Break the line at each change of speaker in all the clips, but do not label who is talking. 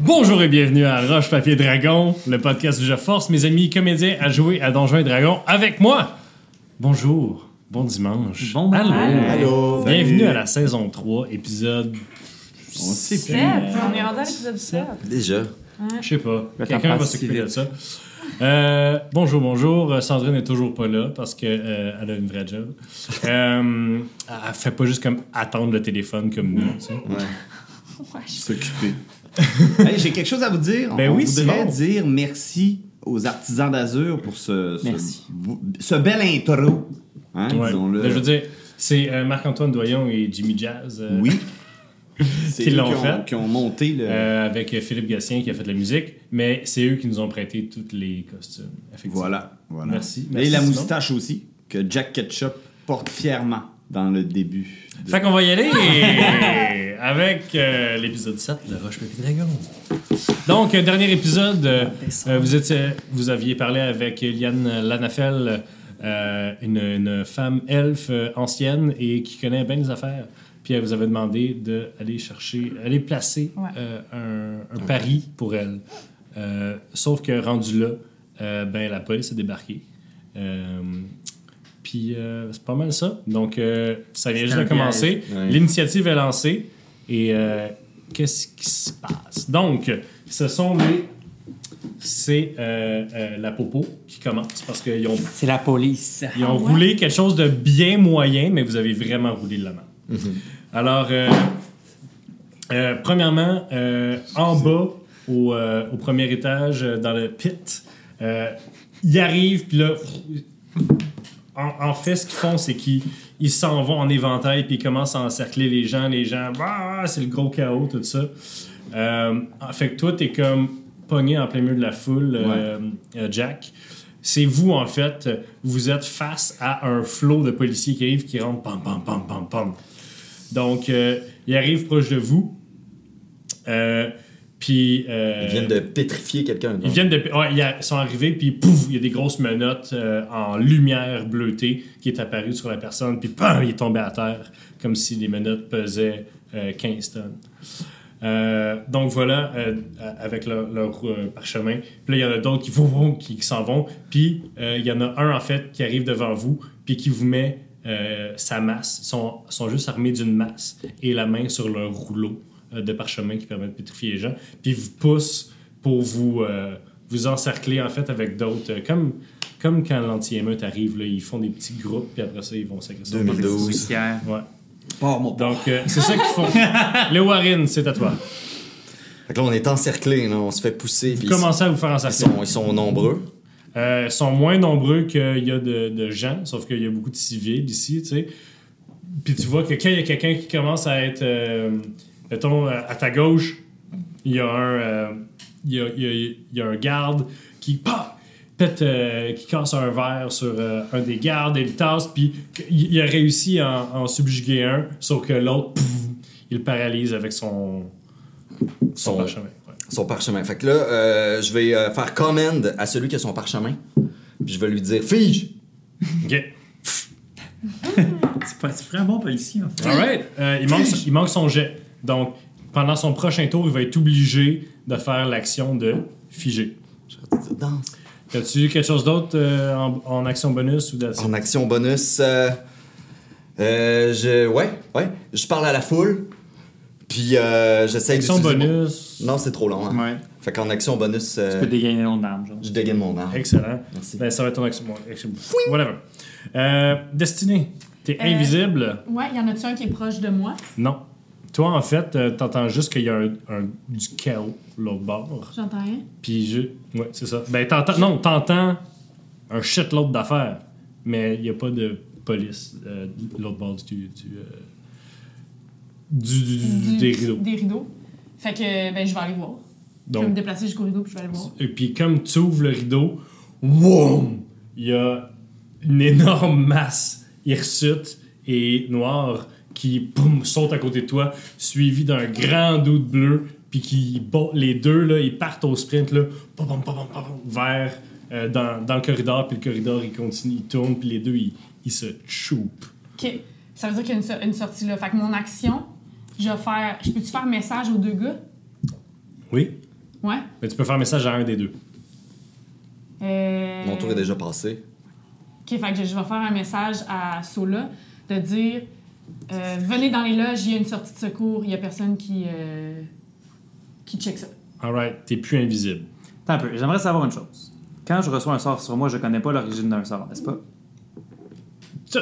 Bonjour et bienvenue à Roche Papier Dragon, le podcast où je force mes amis comédiens à jouer à Donjons et Dragons avec moi. Bonjour, bon dimanche.
Bon
Allô.
dimanche.
Allô.
Bienvenue
Salut.
à la saison 3, épisode.
On sait
sept. hein?
plus.
On est rendu à l'épisode 7.
Déjà.
Je sais pas.
Mais t'en
Quelqu'un va
passes si
s'occuper de
vite.
ça. Euh, bonjour, bonjour. Euh, Sandrine n'est toujours pas là parce qu'elle a une vraie job. Euh, elle fait pas juste comme attendre le téléphone comme nous. tu sais.
S'occuper. Hey, J'ai quelque chose à vous dire.
Ben
On
oui,
voudrait
Simon.
dire merci aux artisans d'Azur pour ce, ce,
Merci.
ce bel intro. Hein,
Ouais.
disons-le.
Ben, je veux dire, c'est euh, Marc-Antoine Doyon et Jimmy Jazz. euh,
Oui. C'est
Qu'ils
eux
l'ont
qui ont-
fait.
Qui ont monté le.
Euh, avec euh, Philippe Gatien qui a fait de la musique, mais c'est eux qui nous ont prêté tous les costumes. effectivement.
Voilà. voilà.
Merci,
Et
merci,
la
Simon.
moustache aussi, que Jack Ketchup porte fièrement dans le début. de-
Fait qu'on va y aller avec euh, l'épisode 7 de Roche Papier Dragon. Donc, euh, dernier épisode, euh, euh, vous, étiez, vous aviez parlé avec Eliane Lanafel, euh, une, une femme elfe euh, ancienne et qui connaît bien les affaires. Puis elle vous avait demandé d'aller chercher, aller placer
Ouais.
euh, un, un pari pour elle. Euh, sauf que rendu là, euh, ben, la police a débarqué. Euh, puis euh, c'est pas mal ça. Donc euh, ça vient
C'est
juste
un
de commencer.
piège. Ouais.
L'initiative est lancée. Et euh, qu'est-ce qui se passe? Donc, ce sont les. C'est euh, euh, la popo qui commence parce qu'ils ont,
C'est la police.
ils ont roulé quelque chose de bien moyen, mais vous avez vraiment roulé de la main.
Mhm.
Alors, euh, euh, premièrement, euh, en bas, au, euh, au premier étage, euh, dans le pit, euh, ils arrivent, puis là, en, en fait, ce qu'ils font, c'est qu'ils ils s'en vont en éventail, puis ils commencent à encercler les gens, les gens, bah, c'est le gros chaos, tout ça. Euh, fait que toi, t'es comme pogné en plein milieu de la foule, euh, euh, Jack. C'est vous, en fait, vous êtes face à un flot de policiers qui arrivent, qui rentrent, pam, pam, pam, pam, pam. Donc, euh, ils arrivent proche de vous. Euh, puis. euh,
Ils viennent de pétrifier quelqu'un. donc.
ils viennent de. ouais, ils a- sont arrivés, puis pouf, il y a des grosses menottes euh, en lumière bleutée qui est apparue sur la personne, puis pam, il est tombé à terre, comme si les menottes pesaient euh, 15 tonnes. Euh, donc voilà, euh, avec leur, leur, euh, parchemin. Puis là, il y en a d'autres qui, vont- vont- qui, qui s'en vont. Puis euh, il y en a un, en fait, qui arrive devant vous, puis qui vous met euh, sa masse. Ils sont, sont juste armés d'une masse et la main sur leur rouleau euh, de parchemin qui permet de pétrifier les gens. Puis ils vous poussent pour vous, euh, vous encercler, en fait, avec d'autres. euh, comme, comme quand l'anti-émeute arrive, là, ils font des petits groupes, puis après ça, ils vont s'agresser.
2012.
Ouais.
Pars, mon père.
Donc, euh, c'est ça qu'ils font. Le Warren, c'est à toi.
Fait que là, on est encerclé, là, on se fait pousser. puis
Vous
ils,
commencez à vous faire
ils
encercler.
sont, ils sont nombreux.
Euh, sont moins nombreux qu'il y a de, de gens, sauf qu'il y a beaucoup de civils ici, tu sais. Puis tu vois que quand il y a quelqu'un qui commence à être, euh, mettons, à à ta gauche, il y a un, euh, il y a, il y a- il y a un garde qui pah, pète, euh, qui casse un verre sur euh, un des gardes et le tasse, puis il il a réussi à en, en subjuguer un, sauf que l'autre, pouf, il le paralyse avec son, son,
Son-
parchemin. ouais.
Son parchemin. Fait que là, euh, je vais euh, faire commande à celui qui a son parchemin. Puis je vais lui dire Fige
Ok.
Tu pas- tu ferais un bon policier, en fait.
All right. Euh, il, manque, il manque son jet. Donc, pendant son prochain tour, il va être obligé de faire l'action de figer.
Danse.
As-tu quelque chose d'autre euh, en, en action bonus ou d'action?
En action bonus, euh, euh, je. Ouais, ouais. Je parle à la foule. Puis euh, j'essaie
Action
d'utiliser mon-
bonus.
Non, c'est trop long. hein.
Ouais.
Fait qu'en action bonus, euh,
Tu peux dégainer ton arme, genre.
je dégaine mon arme.
Excellent.
Merci.
Ben, ça va être ton action. bon, action- Whatever. Euh, Destiné, t'es
Euh.
invisible?
Ouais, y en a-tu un qui est proche de moi?
Non. Toi, en fait, euh, t'entends juste qu'il y a un, un- du chaos l'autre bord.
J'entends rien.
Puis je. Ouais, c'est ça. Ben, t'entends. Non, t'entends un shitload d'affaires, mais il n'y a pas de police euh, de l'autre bord du. du, euh, du, du- du-
Du-
des rideaux.
Des rideaux. Fait que, ben, je vais aller voir. Je vais me
Donc,
déplacer jusqu'au rideau puis je vais aller voir.
et puis comme tu ouvres le rideau, wouam, il y a une énorme masse hirsute et noire qui poum, saute à côté de toi, suivi d'un grand doute bleu, puis qui bat les deux, là, ils partent au sprint là, pom, pom, pom, pom, pom, vers euh, dans, dans le corridor, puis le corridor il continue, il tourne, puis les deux ils, ils se choupent.
Ok. Ça veut dire qu'il y a une, so- une sortie là. Fait que mon action, je vais faire. Je peux-tu faire message aux deux gars?
Oui.
Ouais.
Mais tu peux faire message à un des deux.
Euh,
Mon tour est déjà passé.
Ok, fait que je, je vais faire un message à Sola de dire euh, venez dans les loges, il y a une sortie de secours, il y a personne qui euh, qui check ça.
Alright, t'es plus invisible.
Attends un peu, j'aimerais savoir une chose. Quand je reçois un sort sur moi, je connais pas l'origine d'un sort, n'est-ce pas?
T'es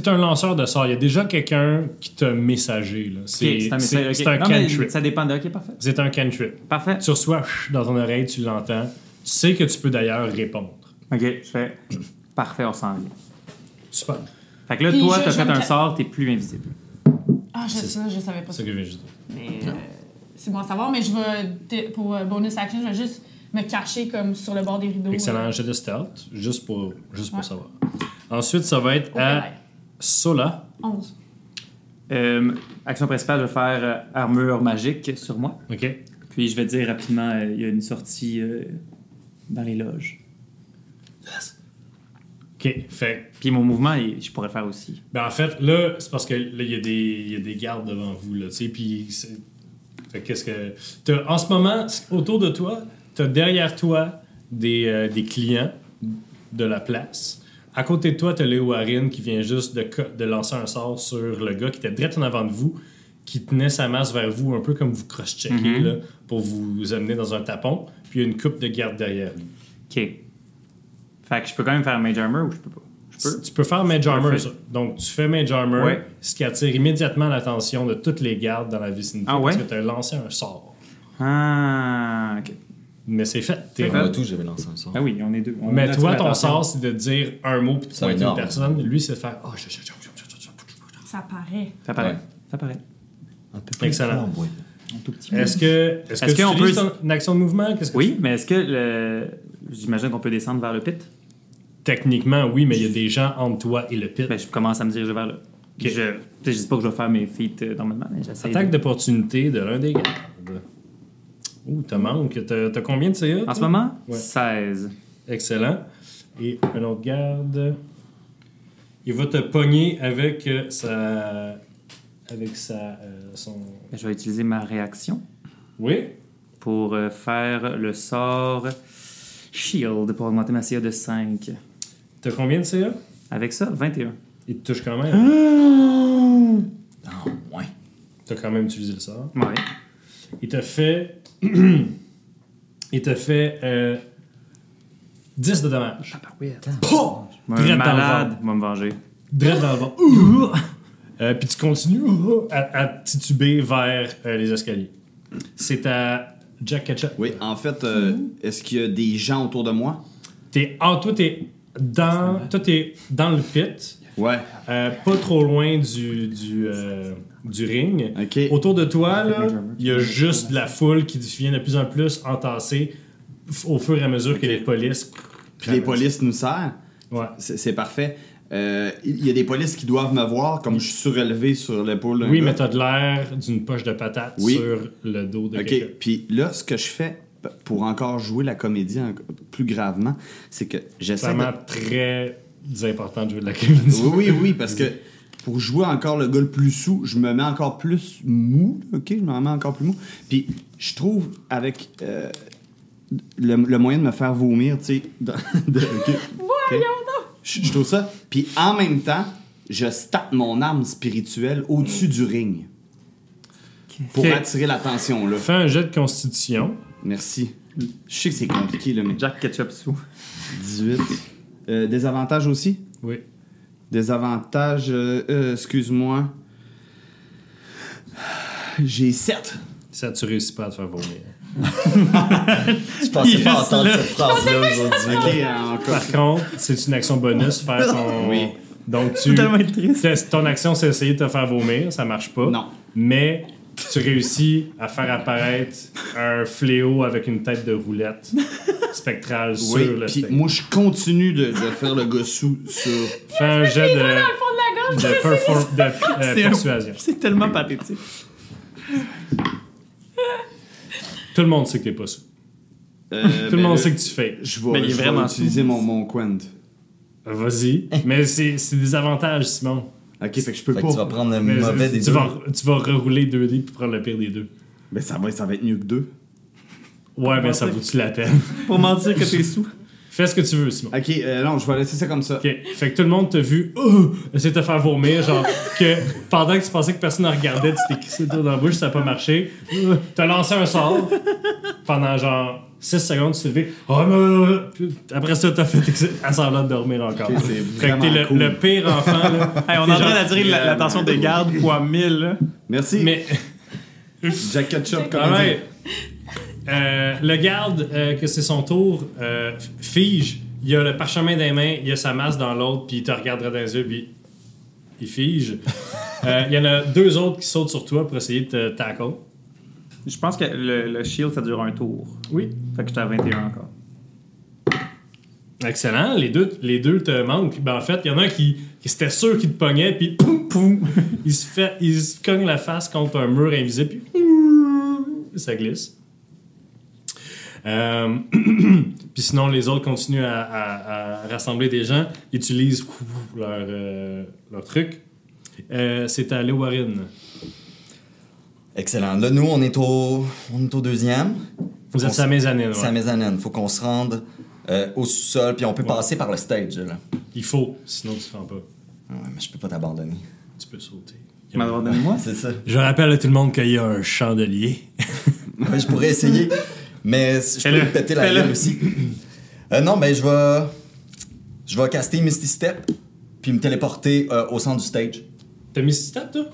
t'es un lanceur de sorts. Il y a déjà quelqu'un qui t'a messagé. là. C'est
Ok,
c'est-
message, ok.
c'est un
Non, mais
cantrip.
Ça dépend de. Ok, parfait.
C'est un cantrip.
Parfait.
Tu reçois pff, dans ton oreille, tu l'entends. Tu sais que tu peux d'ailleurs répondre.
Ok, je fais. Parfait, on s'en vient.
Super.
Fait que là,
Puis
toi,
je-
t'as
je
fait
me
un
ca-
sort, t'es plus invisible.
Ah, je
C'est
sais, ça, je savais pas
C'est ce
ça.
que je viens juste de dire.
Mais euh, c'est bon à savoir, mais je vais dé- pour euh, bonus action, je vais juste me cacher comme sur le bord des rideaux.
Excellent
euh,
jet de stealth, juste pour, juste pour
Ouais.
savoir. Ensuite, ça va être
au
à
Québec.
Sola.
11.
Euh, action principale, je vais faire euh, armure magique sur moi.
OK.
Puis je vais dire rapidement, euh, il y a une sortie euh, dans les loges.
OK. Fait
Puis mon mouvement, il- je pourrais le faire aussi.
Ben en fait, là, c'est parce que là, il y, a des- il y a des gardes devant vous, là, tu sais, puis c'est- fait qu'est-ce que... t'as- en ce moment, c- autour de toi, t'as derrière toi des, euh, des clients de la place. À côté de toi, t'as Léo Harin qui vient juste de, co- de lancer un sort sur le gars qui était direct en avant de vous, qui tenait sa masse vers vous, un peu comme vous cross-checkez,
Mhm.
là, pour vous amener dans un tapon. Puis il y a une coupe de gardes derrière lui.
Ok. Fait que je peux quand même faire Mage Armor ou je peux pas? Je peux.
Tu peux faire Mage Armor.
Parfait.
ça. Donc, tu fais Mage Armor,
Ouais.
ce qui attire immédiatement l'attention de toutes les gardes dans la vicinité
Ah ouais?
parce que tu as lancé un sort.
Ah, ok.
Mais c'est fait. t'es-
C'est fait.
Moi, tout, j'avais lancé un sort.
Ah oui, on est deux. On
Mais
a
toi,
attiré
ton
l'attention.
sort, c'est de dire un mot puis de
C'est
pointer une
énorme.
personne. Lui, c'est de faire. Ah, je- je- je-
Ça paraît.
Ça paraît.
Ouais.
Ça paraît.
Ah, Un peu plus
Excellent.
flamboyant.
Un tout petit
je- Est-ce que, est-ce que
Est-ce
tu
qu'on
utilises
peut-
ton- une action de mouvement Qu'est-ce que
Oui, mais est-ce que le... j'imagine qu'on peut descendre vers le pit?
tu- Techniquement, oui, mais il y a des gens entre toi et le pit.
Ben, je commence à me diriger vers le. Je... tu sais, je dis pas que je vais faire mes feats euh, normalement, mais j'essaie.
Attaque
de-
d'opportunité de l'un des gardes. Ouh, te manque. T'as t'as combien de CA
En ce
toi?
moment,
Ouais.
16.
Excellent. Et un autre garde. Il va te pogner avec euh, sa. Avec sa. euh, son.
Ben, je vais utiliser ma réaction
Oui.
pour euh, faire le sort Shield pour augmenter ma CA de 5.
T'as combien de CA
Avec ça, 21.
Il te touche quand même.
Ah, ouais.
T'as quand même utilisé le sort.
Ouais.
Il te fait. Il te fait. euh, 10 de dommages. Pouh!
Moi,
Drette dans le
malade,
ventre.
va me venger.
Drette dans le vent. Ouh! Euh, Puis tu continues ouh, à, à tituber vers euh, les escaliers. C'est à Jack Ketchup.
Oui, en fait, euh, est-ce qu'il y a des gens autour de moi?
T'es en toi, t'es dans, toi, t'es dans le pit,
Ouais.
euh, pas trop loin du, du, euh, du ring.
Ok.
Autour de toi, là, il y a juste de la foule qui devient de plus en plus entassée f- au fur et à mesure que les polices.
Puis les polices nous servent.
Ouais.
C'est c'est parfait. Euh, Il y a des polices qui doivent me voir, comme je suis surélevé sur l'épaule d'un
Oui,
gars.
mais t'as de l'air d'une poche de patate
Oui.
sur le dos de
OK.
quelqu'un.
Puis là, ce que je fais p- pour encore jouer la comédie en- plus gravement, c'est que
C'est
j'essaie de...
vraiment très important de jouer de la comédie.
Oui, oui, oui, parce que pour jouer encore le gars le plus sous, je me mets encore plus mou, OK? Je me mets encore plus mou. Puis je trouve, avec euh, le, le moyen de me faire vomir, tu sais... dans- de- OK? OK? Je je trouve ça. Puis en même temps, je stappe mon arme spirituelle au-dessus du ring. Pour
Ok.
attirer l'attention, là.
Fais un jet de constitution.
Merci. Je sais que c'est compliqué, là, mais...
Jack Ketchup sous.
18. Euh, des avantages aussi?
Oui.
Des avantages, euh, euh, excuse-moi. J'ai 7.
Ça, tu réussis pas à te faire vomir.
Je pensais pas
Yes,
entendre
là.
cette phrase-là
Ok,
aujourd'hui.
encore.
Par contre, c'est une action bonus, faire ton.
Oui.
Donc, tu.
Tellement triste.
C'est- Ton action, c'est essayer de te faire vomir, ça marche pas.
Non.
Mais tu réussis à faire apparaître un fléau avec une tête de roulette spectrale
Oui,
sur le
puis
stage.
moi, je continue de, de faire le gossou sur.
Fais un jet de,
Dans le fond de la gorge,
de, perfor- de, euh,
C'est un-
persuasion.
C'est tellement pathétique.
Tout le monde sait que t'es pas sous.
Euh,
Tout le
ben
monde
là,
sait que tu fais.
Je
Mais
vais,
il est
je vais
vraiment
utiliser mon, mon Quend.
Vas-y. Mais c'est c'est des avantages, Simon.
Ok, fait que je peux
Fait
pas.
que tu vas prendre le
Mais
mauvais des
tu,
deux.
vas, tu vas rerouler 2D puis prendre le pire des deux.
Ben, ça va, ça va être mieux que deux.
Ouais, mais ça vaut-tu la peine?
Pour mentir que t'es sous.
Fais ce que tu veux, Simon.
Ok, euh, non, je vais laisser ça comme ça.
Ok, fait que tout le monde t'a vu Ouh! essayer de te faire vomir, genre que pendant que tu pensais que personne ne regardait, tu t'es crissé le doigt dans la bouche, ça n'a pas marché. Ouh! T'as lancé un sort pendant genre 6 secondes, tu t'es levé. Oh, mais, euh, puis après ça, t'as fait ex- à semblant de dormir encore.
Ok, c'est
fait que t'es le,
vraiment cool.
le pire enfant, là.
Hey, on est en train d'attirer la- l'attention des gardes fois 1000. là.
Merci.
Mais Ah
Jack Ketchup,
quand
quand même.
le garde, euh, que c'est son tour, euh, fige. Il a le parchemin dans les mains, il a sa masse dans l'autre, puis il te regardera dans les yeux, puis il fige. Euh, Il y en a deux autres qui sautent sur toi pour essayer de te tackle.
Je pense que le, le shield, ça dure un tour.
Oui.
Fait que j'étais à 21 encore.
Excellent, les deux, les deux te manquent. Ben, en fait, il y en a un qui, qui c'était sûr qu'il te pognait, puis poum, poum, il se fait, il se cogne la face contre un mur invisible, puis ouh, ça glisse. Euh, puis sinon, les autres continuent à, à- à rassembler des gens, ils utilisent ouh, leur, euh, leur truc. Euh, c'est à Lewarine.
Excellent. Là, nous, on est au, on est au deuxième.
Vous êtes
On-
sa mezzanine, ouais.
C'est la mezzanine. Faut qu'on se rende euh, au sous-sol, puis on peut passer par le stage, là.
Il faut, sinon tu te rends pas.
Ouais, mais je peux pas t'abandonner.
Tu peux sauter.
Tu m'as donné moi?
C'est ça.
Je rappelle à tout le monde qu'il y a un chandelier.
Ouais, je pourrais essayer, mais si- je peux
Fais-le.
me péter la
Fais-le.
gueule aussi. Euh, non, ben je vais, je vais caster Misty Step, puis me téléporter euh, au centre du stage.
T'as mis six tables, toi?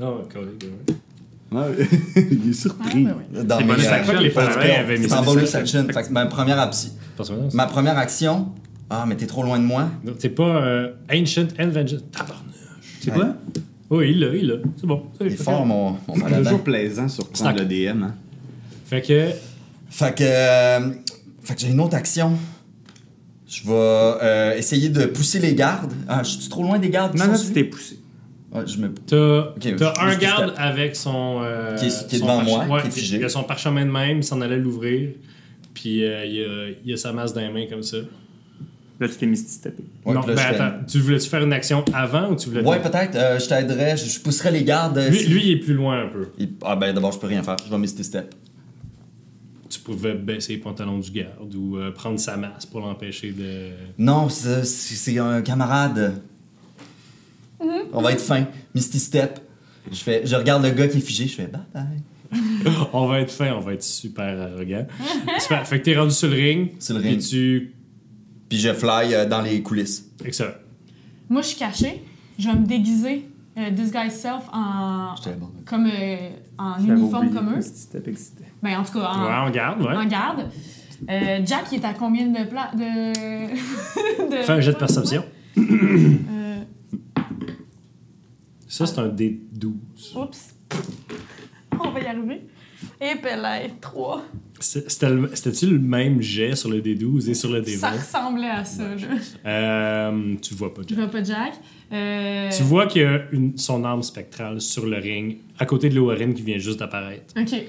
Non, ouais, collègue, ouais.
Ouais. Il est surpris.
Ah, ben oui.
Dans
C'est
mes,
bonus
euh,
action.
que les
pour
parents
vrai,
avaient mis
C'est en
ça.
bonus action. Fait que ma première action.
Pas ce moment, ça.
Ma première action. Ah, mais t'es trop loin de moi.
Non, C'est pas euh, Ancient and Vengeance. Tabarnouche.
C'est quoi?
Oui, il l'a, il l'a. C'est bon. Ça,
Il est
fait
fort, mon, mon
C'est
paladin.
toujours plaisant sur prendre le
Snack.
DM. Hein.
Fait que.
Fait que, euh, fait que j'ai une autre action. Je vais euh, essayer de pousser les gardes. Ah, je suis trop loin des gardes. qui
Non,
sont
non,
sur-
tu t'es poussé.
Ah, je me...
T'as
Ok,
t'as
je-
un
je-
garde avec son. euh,
Qui est- qui est
son
devant moi,
parche-
qui
Ouais,
est figé.
Il a son parchemin de même, il s'en allait l'ouvrir. Puis euh, il, a, il a sa masse dans les mains comme ça.
Là, tu t'es misty-steppé.
Ouais,
non,
puis là,
ben
je fais-
attends, tu voulais-tu faire une action avant ou tu voulais.
Ouais, peut-être. euh, je t'aiderais. Je, je pousserais les gardes. euh,
lui,
si-
lui, il est plus loin un peu.
Il- Ah, ben d'abord, je peux rien faire. Je vais misty step.
Tu pouvais baisser les pantalons du garde ou euh, prendre sa masse pour l'empêcher de.
Non, c'est c'est- c'est un camarade. On va être fin. Misty step. Je, fais, je regarde le gars qui est figé. Je fais bye bye.
On va être fin, on va être super arrogant. Super. Fait que t'es rendu sur le ring.
Sur le
puis
ring.
tu.
Puis je fly euh, dans les coulisses.
Excellent.
Moi, je suis cachée. Je vais me déguiser, euh, disguise self, en,
J'étais bon.
comme, euh, en
J'avais
uniforme
oublié
comme
que
eux.
misty-step existait.
Ben, en tout cas, en,
Ouais, on garde,
en
ouais.
garde. Euh, Jack, il est à combien de plats de... de...
Fais un jet de perception.
Euh,
Ça, c'est un D12.
oups. On va y arriver. Et Pellet, 3.
C'est- c'était le- C'était-tu le même jet sur le D12 et sur le
Ça
D20?
ressemblait à ça, là.
Euh, tu vois pas,
Je
Jack.
vois pas Jack. Euh,
Tu vois qu'il y a une- son arme spectrale sur le ring, à côté de Warren qui vient juste d'apparaître.
OK.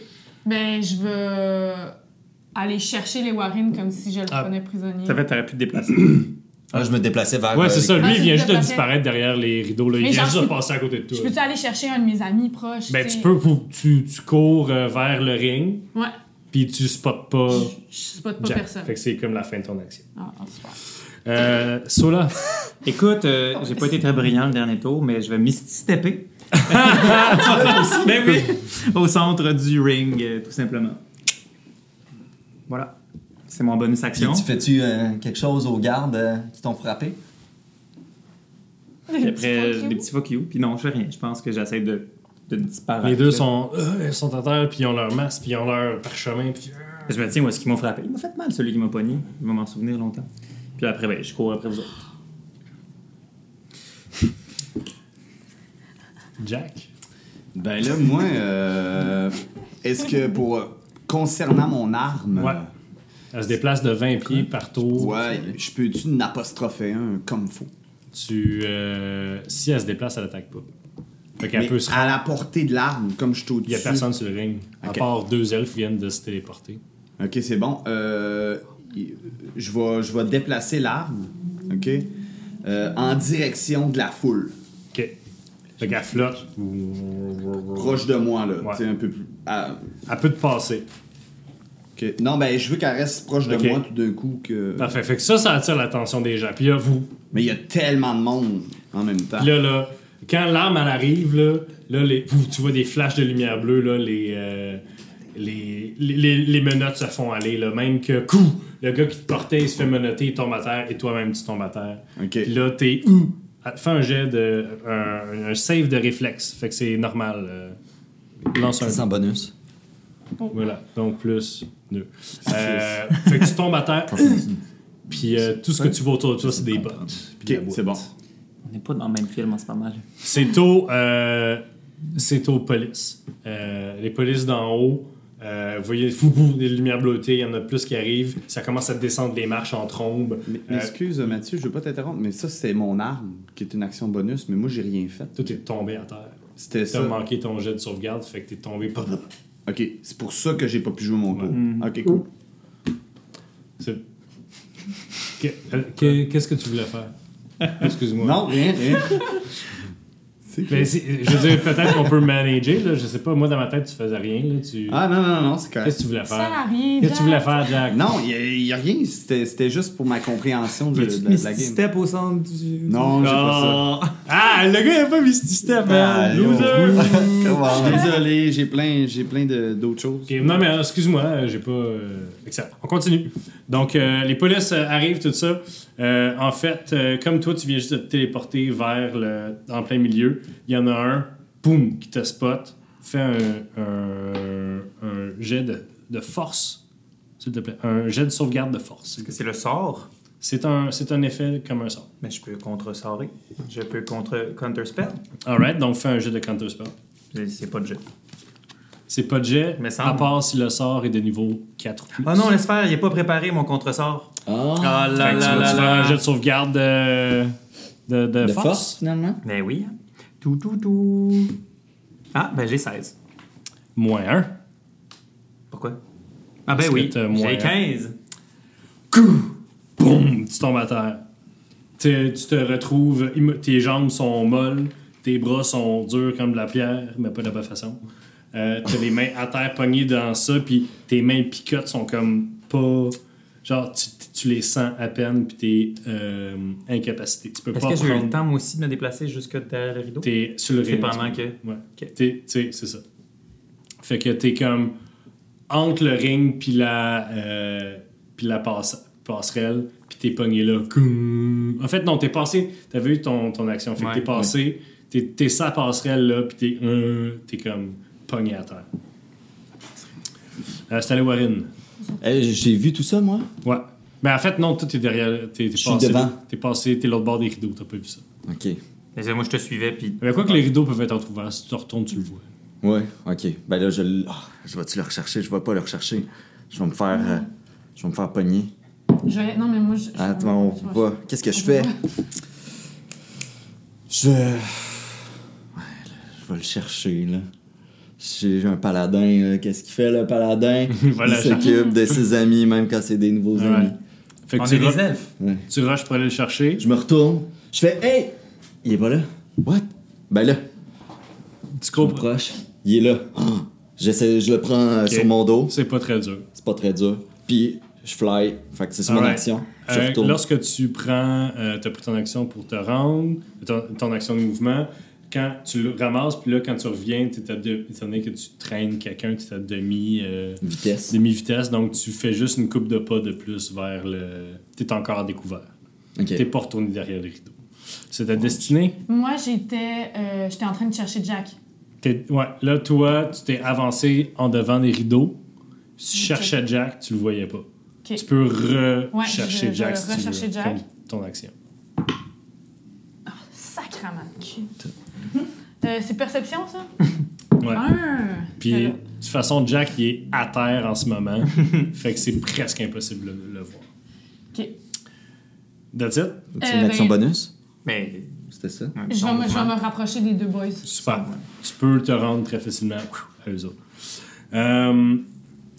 Ben, je vais aller chercher les Warren comme si je le
Ah.
prenais prisonnier.
Ça fait, t'aurais pu te déplacer.
Ah, je me déplaçais vers.
Ouais,
euh,
c'est
les
ça. Lui,
Ah,
il vient
je
juste de
déplaçais.
disparaître derrière les rideaux. Là. Il
Mais
vient
genre,
juste de
je-
passer à côté de
Je
toi.
peux-tu aller chercher un de mes amis proches?
Ben,
t'sais?
tu peux, pour- tu, tu cours euh, vers le ring,
Ouais.
puis tu spots pas
Je, je spotte pas
Euh, Jack.
personne.
Fait que c'est comme la fin de ton action.
Ah, ah, super.
Euh, Sola,
Écoute, euh, j'ai pas été très brillant le dernier tour, mais je vais misty-stepper. ben oui! Au centre du ring, euh, tout simplement. Voilà. C'est mon bonus
Puis
action.
tu fais-tu euh, quelque chose aux gardes euh, qui t'ont frappé?
Puis
Des petits
après,
fuck you.
des petits fuck you. Puis non, je fais rien. Je pense que j'essaie de, de disparaître.
les deux
là.
sont, euh, ils sont à terre, puis ils ont leur masque, puis ils ont leur parchemin, puis... euh,
Je me tiens où est-ce qu'ils m'ont frappé. Il m'a fait mal, celui qui m'a pogné. Il va m'en souvenir longtemps. Puis après, ben, je cours après vous autres.
Jack?
Ben là, moi, euh, est-ce que pour. euh, concernant mon arme.
Ouais. Elle se déplace de 20 pieds par tour.
Ouais, je peux-tu n'apostropher un comme faut?
Tu, euh, si elle se déplace, elle attaque pas. Fait qu'elle
Mais
peut se rendre.
à la portée de l'arme, comme je t'au
Il y a personne sur le ring. À
Ok.
part deux elfes qui viennent de se téléporter.
Ok, c'est bon. Euh, y- je vais je vais déplacer l'arme, ok, euh, en direction de la foule,
Ok. Fait qu'elle flotte.
proche de moi là,
Ouais.
tu sais, un peu plus. à-
Elle peut te passer.
Ok. Non, ben, je veux qu'elle reste proche de
Ok. Ah.
moi tout d'un coup que.
Parfait. Fait que ça, ça attire l'attention des gens. Puis là, vous,
Mais il y a tellement de monde en même temps.
Puis là, là, quand l'arme elle arrive, là, là les, vous, tu vois des flashs de lumière bleue, là, les, euh, les, les, les- les menottes se font aller, là, même que coup, le gars qui te portait, il se fait menotter, il tombe à terre, et toi-même, tu tombes à terre.
Ok.
Puis là, t'es où? Ah, Fais un jet de. un, un save de réflexe. Fait que c'est normal. euh, lance un.
C'est en bonus.
Voilà. Donc plus 2. fait que tu tombes à terre. Puis euh, tout ce que tu vois autour de toi, c'est des bottes. puis de
Ok,
la boîte.
c'est bon.
On n'est pas dans le même film, hein, c'est pas mal.
C'est au, euh, c'est aux polices. Euh, les polices d'en haut, euh, vous voyez, fou, fou, des lumières bleutées, il y en a plus qui arrivent. Ça commence à descendre les marches en trombe.
Mais,
Euh,
mais excuse Mathieu, je veux pas t'interrompre, mais ça c'est mon arme qui est une action bonus, mais moi j'ai rien fait.
Tout est tombé à terre.
C'était
T'as
ça.
manqué ton jet de sauvegarde, fait que t'es tombé. pas-
Ok, c'est pour ça que j'ai pas pu jouer mon tour.
Mhm.
Ok, cool.
C'est- Qu'est- euh, qu'est- Qu'est-ce que tu voulais faire? Excuse-moi.
Non, rien, rien. C'est
Mais c'est- je veux dire, peut-être qu'on peut manager, là. Je sais pas, moi dans ma tête, tu faisais rien, là. Tu...
Ah non, non, non, c'est
Qu'est-ce
correct.
que tu voulais
Ça n'a
faire?
rien.
Qu'est-ce que tu voulais
Jack.
faire, Jack?
Non, il y, a- il y a rien, c'était c'était juste pour ma compréhension
Tu
de, de-
te
de la game.
step au centre du.
Non, j'ai pas ça.
Ah, le gars, il a pas mis ce système,
Ah,
man. Loser!
Je suis désolé, j'ai plein, j'ai plein de- d'autres choses.
Ok, non, mais euh, excuse-moi, euh, j'ai pas. euh, Excellent. On continue. Donc, euh, les polices euh, arrivent, tout ça. Euh, en fait, euh, comme toi, tu viens juste de te téléporter vers le. en plein milieu, il y en a un, boum, qui te spot. Fais un, un, un jet de, de force, s'il te plaît. Un jet de sauvegarde de force. s'il te plaît.
C'est le sort.
C'est un, c'est un effet comme un sort.
Mais je peux contresorrer. Je peux contre counterspell.
Alright, donc fais un jet de counterspell.
Mais C'est pas de jeu.
C'est pas de jet,
Mais semble.
à part si le sort est de niveau 4. plus.
Oh non, laisse faire, il n'est pas préparé mon contresort. Ah
Fait
là
que tu
là
vas-tu
là
faire un
là.
jet de sauvegarde euh, de, de
De
force?
force, finalement?
Mais oui. Tout, tout, tout. Ah, ben j'ai 16.
Moins 1.
Pourquoi? Ah
Parce
ben
que
oui,
t'as moins un.
j'ai 15.
Boum! Tu tombes à terre. Tu, tu te retrouves, immo- tes jambes sont molles, tes bras sont durs comme de la pierre, mais pas de la bonne façon. Euh, T'as les mains à terre pognées dans ça, puis tes mains picotes sont comme pas. Genre, tu, tu les sens à peine, puis t'es euh, incapacité. Tu peux
Est-ce
pas
que j'ai eu
prendre.
le temps moi aussi de me déplacer jusque derrière le rideau?
T'es sur le
C'est
rayon,
pendant
tu
que-
Ouais. T'es-
Ok.
tu sais, c'est ça. Fait que t'es comme entre le ring puis la, euh, puis la passe- passerelle, puis t'es pogné là. Coum. En fait, non, t'es passé. T'avais eu ton, ton action. Fait que
Ouais,
t'es passé, t'es, t'es sur la passerelle là, puis t'es, euh, t'es comme pogné à terre. Euh, c'est allé Warren.
Eh, j'ai vu tout ça, moi.
Ouais. Mais en fait, non, toi, t'es derrière. T'es, t'es
Je suis
passé,
devant.
T'es passé, t'es l'autre bord des rideaux, t'as pas vu ça.
OK.
Mais moi je te suivais, puis.
Mais quoi que les rideaux peuvent être entrouverts, si tu te retournes, tu le vois.
Ouais, OK. Ben là, je... l- ah, je vais-tu le rechercher? Je vais pas le rechercher. Je vais me faire... euh, Je vais me faire pogner. Ah,
Je vais- Non, mais moi, je. je-
Attends, on
tu vois,
peut pas. Qu'est-ce que je fais? Je. Ouais, là, je vais le chercher, là. J'ai un paladin, là. Qu'est-ce qu'il fait, le paladin?
Il va
Il
la
s'occupe de ses amis, même quand c'est des nouveaux
Ouais.
amis.
Fait que
On
tu,
est des
ru-
elfes.
tu rushes pour aller le chercher.
Je me retourne. Je fais, hey! Il est pas là. What? Ben là,
Tu
je me
comprends.
proche. Il est là. Ah! J'essaie, je le prends euh, sur mon dos.
C'est pas très dur.
C'est pas très dur. Puis, je fly. Fait que c'est sur mon
Alright.
action. Je
Euh,
retourne.
lorsque tu prends, euh, t'as pris ton action pour te rendre, ton, ton action de mouvement, quand tu le ramasses, puis là, quand tu reviens, t'es à de- étant donné que tu traînes quelqu'un, tu à demi, euh,
Vitesse.
demi-vitesse, donc tu fais juste une coupe de pas de plus vers le... T'es encore à découvert.
Ok.
T'es pas retourné derrière les rideaux. C'est ta destinée.
Moi, j'étais euh, j'étais en train de chercher Jack.
T'es- ouais, là, toi, tu t'es avancé en devant des rideaux. Si tu
Ok.
cherchais Jack, tu le voyais pas.
Ok.
Tu peux rechercher
Ouais, je- je
Jack
vais
si tu veux,
rechercher Jack.
comme ton action.
Sacrament de cul. Euh, c'est perception, ça?
Ouais.
Un.
Puis,
Euh,
de toute façon, Jack, il est à terre en ce moment. fait que c'est presque impossible de le voir.
OK.
That's it?
C'est
Euh,
une action
ben-
bonus?
Mais.
C'était ça?
ouais,
Je vais,
ton
me, je vais
mouvement.
me rapprocher des deux boys.
Super. Tu peux te rendre très facilement à eux autres. Euh,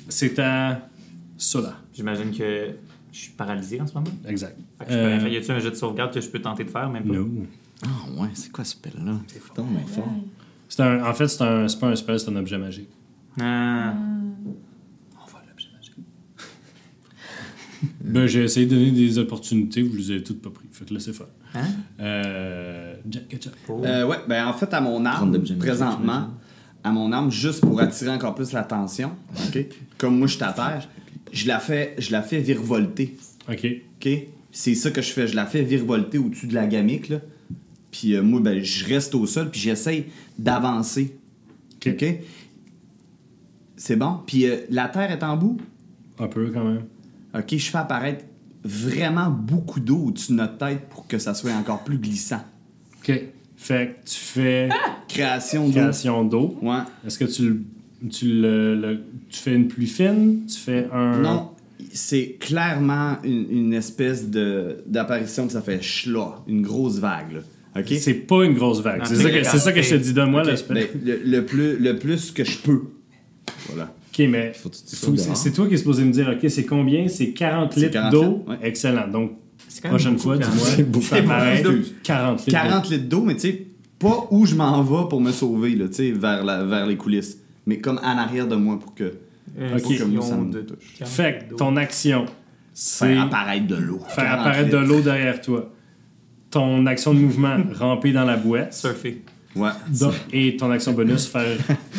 c'est à Sola.
J'imagine que je suis paralysé en ce moment.
Exact. Euh,
Fait que Ah, je peux rien faire. Y a-tu un jeu de sauvegarde que je peux tenter de faire, même pas?
No.
Ah ouais, c'est quoi ce pelle-là? C'est fort. mais fort.
C'est un- en fait, c'est un- c'est pas un spell, c'est un objet magique.
Ah.
Euh,
On voit l'objet magique.
Ben, j'ai essayé de donner des opportunités, vous les avez toutes pas prises. Fait que laissez faire.
Hein?
Euh, Jack, Jack.
Euh, ouais, ben en fait, à mon
Prendre
arme,
l'objet magique,
présentement, à mon arme, juste pour attirer encore plus l'attention, ok, comme moi je suis à terre, je la fais, je la fais virevolter.
Ok.
OK? C'est ça que je fais. Je la fais virevolter au-dessus de la gamique, là. Puis euh, moi, ben, je reste au sol, puis j'essaye d'avancer. OK?
OK.
C'est bon? Puis euh, la terre est en bout?
Un peu quand même.
OK, je fais apparaître vraiment beaucoup d'eau au-dessus de notre tête pour que ça soit encore plus glissant.
Ok. Fait que tu fais
Création d'eau.
création d'eau.
Ouais.
Est-ce que tu, le- tu, le, le- tu fais une pluie fine Tu fais un.
Non, c'est clairement une, une espèce de, d'apparition que ça fait schla, une grosse vague, là. OK?
C'est pas une grosse vague. C'est
c'est
ça, que, c'est ça que je te dis. Donne-moi l'aspect.
Ben, le, le plus, le plus que je peux. Voilà.
Ok, mais
Faut que tu te
faut-
dehors.
c'est c'est toi qui es supposé me dire, ok, c'est combien C'est 40
C'est
litres
40,
d'eau.
ouais.
Excellent. Donc,
C'est quand même
prochaine
beaucoup,
fois,
quand même.
dis-moi, ça
beaucoup,
apparaît
excuse.
40 litres.
40 litres d'eau, mais tu sais, pas où je m'en vais pour me sauver, là, tu sais, vers, la- vers les coulisses. Mais comme en arrière de moi pour que
Euh,
Ok.
si
Comme
on
ça me
de-
touche.
d'eau. Fait que ton action, c'est.
faire apparaître de l'eau.
Faire apparaître de l'eau derrière toi. Ton action de mouvement, ramper dans la boîte.
Surfer.
Ouais.
Donc, et ton action bonus, faire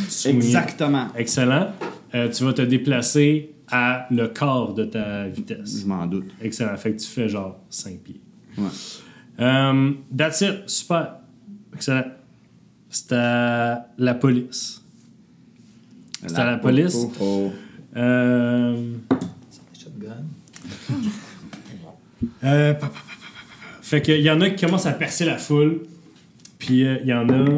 swinguer.
Exactement.
Excellent. Euh, tu vas te déplacer à le quart de ta vitesse.
Je m'en doute.
Excellent. Fait que tu fais genre 5 pieds.
Ouais.
Um, that's it. Super. Excellent. C'est à la police. C'est à la police.
Oh, oh,
Um,
Shotgun.
Euh, pa, pa, pa, pa, pa, pa. Fait qu'il y en a qui commencent à percer la foule, puis euh, il y en a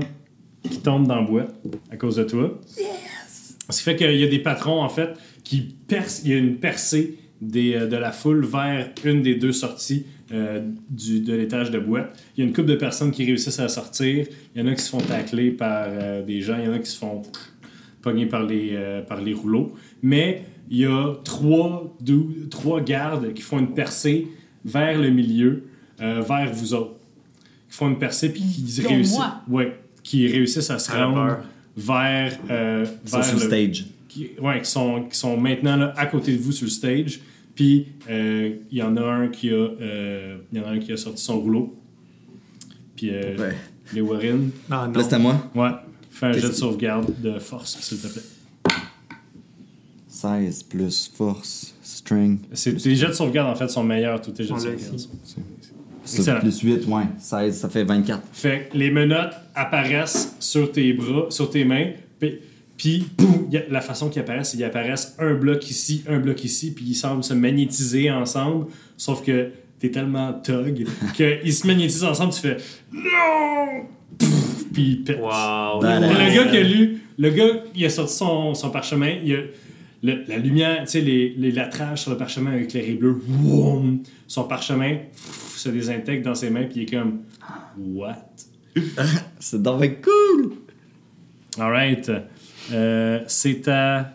qui tombent dans le bois à cause de toi. Yes! Ce qui fait qu'il y a des patrons, en fait, qui percent. Il y a une percée des, euh, de la foule vers une des deux sorties euh, du, de l'étage de bois. Il y a une couple de personnes qui réussissent à sortir. Il y en a qui se font tacler par euh, des gens. Il y en a qui se font pogner par les, euh, par les rouleaux. Mais il y a trois, dou- trois gardes qui font une percée vers le milieu, euh, vers vous autres. Qui font une percée puis qui
Dont
réussissent.
moi.
Ouais, qui réussissent à se
À la
rendre
peur.
vers, euh,
Ça,
vers
sur le
le,
stage.
qui, ouais, qui sont, qui sont maintenant là, à côté de vous sur le stage. Puis euh, il y en a un qui a, euh, il y en a un qui a sorti son rouleau. Puis euh,
Ouais.
les Warren.
Ah non.
Là, c'est à moi.
Ouais. Fais un jet de
Qu'est-ce-
sauvegarde de force, s'il te plaît.
16 plus force, strength.
C'est, tes jets de sauvegarde, en fait, sont meilleurs. Tous tes jets de
On l'a
sauvegarde.
ici.
sont-
Ça,
Excellent.
Plus 8, ouais. 16, ça fait 24.
Fait que les menottes apparaissent sur tes bras, sur tes mains. Puis, puis boum, y a- la façon qu'ils apparaissent, c'est qu'ils apparaissent un bloc ici, un bloc ici, puis ils semblent se magnétiser ensemble. Sauf que t'es tellement tog qu'ils se magnétisent ensemble, tu fais Non! Pff, Puis ils pètent.
Wow.
Voilà.
Puis le gars qui a lu, le gars, il a sorti son, son parchemin, il a- le- la lumière, tu sais, les, les latrages sur le parchemin avec les bleu, Woum! son parchemin pff, se désintègre dans ses mains, puis il est comme What?
C'est donc bien cool!
Alright. Euh, c'est à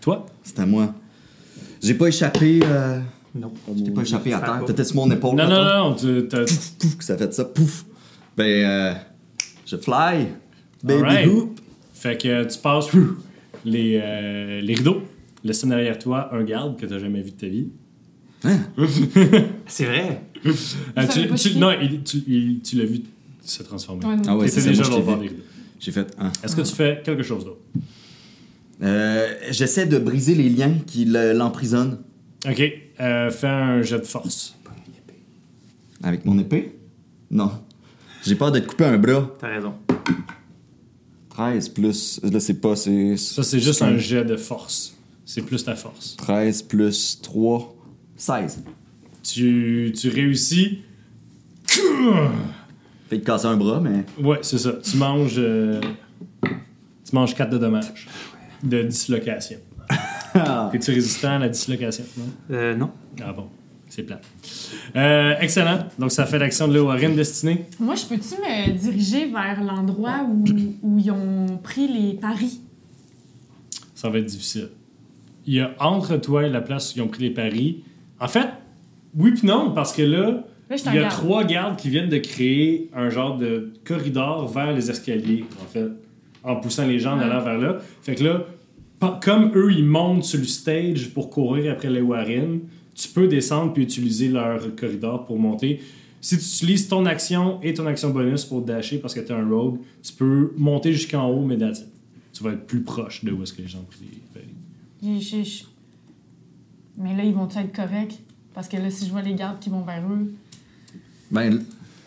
toi.
C'est à moi. J'ai pas échappé. Euh...
Non.
J'ai pas échappé à
Ça
terre.
va.
T'étais sur mon épaule.
Ah, oh. Non, non,
mettons.
non, tu- t'as-
Pouf, que ça fait ça. Pouf! Ben, euh, je fly. Baby
Alright.
hoop.
Fait que tu passes pfiou, les, euh, les rideaux. Laisse derrière toi un garde que t'as jamais vu de ta vie.
C'est vrai.
Euh,
savez
tu,
pas
tu-
qui?
non, il- tu, il- tu l'as vu se transformer.
Toi, non.
Ah ouais, c'est
T'étais
ça,
déjà
moi, je
dans le bord
t'ai
des
vu.
rideaux.
J'ai fait un.
Est-ce que tu fais quelque chose d'autre?
Euh, J'essaie de briser les liens qui le- l'emprisonnent
Ok, euh, fais un jet de force.
avec mon épée. Non. J'ai peur d'être coupé un bras.
T'as raison.
13 plus. Là, c'est pas. C'est.
Ça, c'est juste un jet de force. C'est plus ta force.
13 plus 3. 16.
Tu, tu réussis.
Fait de casser un bras, mais.
Ouais, c'est ça. Tu manges. euh, tu manges 4 de dommages. De dislocation. Es-tu résistant à la dislocation? Non?
Euh, non.
Ah bon, c'est plat. Euh, excellent. Donc, ça fait l'action de Léo Warren destinée.
Moi, je peux-tu me diriger vers l'endroit où, où ils ont pris les paris?
ça va être difficile. Il y a entre toi et la place où ils ont pris les paris. En fait, oui puis non, parce que là,
Là, je suis
il y
un
a
garde.
trois gardes qui viennent de créer un genre de corridor vers les escaliers, en fait, en poussant les gens en
Ouais.
allant vers là. Fait que là, pa- comme eux, ils montent sur le stage pour courir après les Warren, tu peux descendre puis utiliser leur corridor pour monter. Si tu utilises ton action et ton action bonus pour dasher parce que tu es un rogue, tu peux monter jusqu'en haut, mais that's it. Tu vas être plus proche de où est-ce que les gens prient.
J'ai- j'ai- j'ai- Mais là, ils vont être corrects? Parce que là, si je vois les gardes qui vont vers eux.
Ben,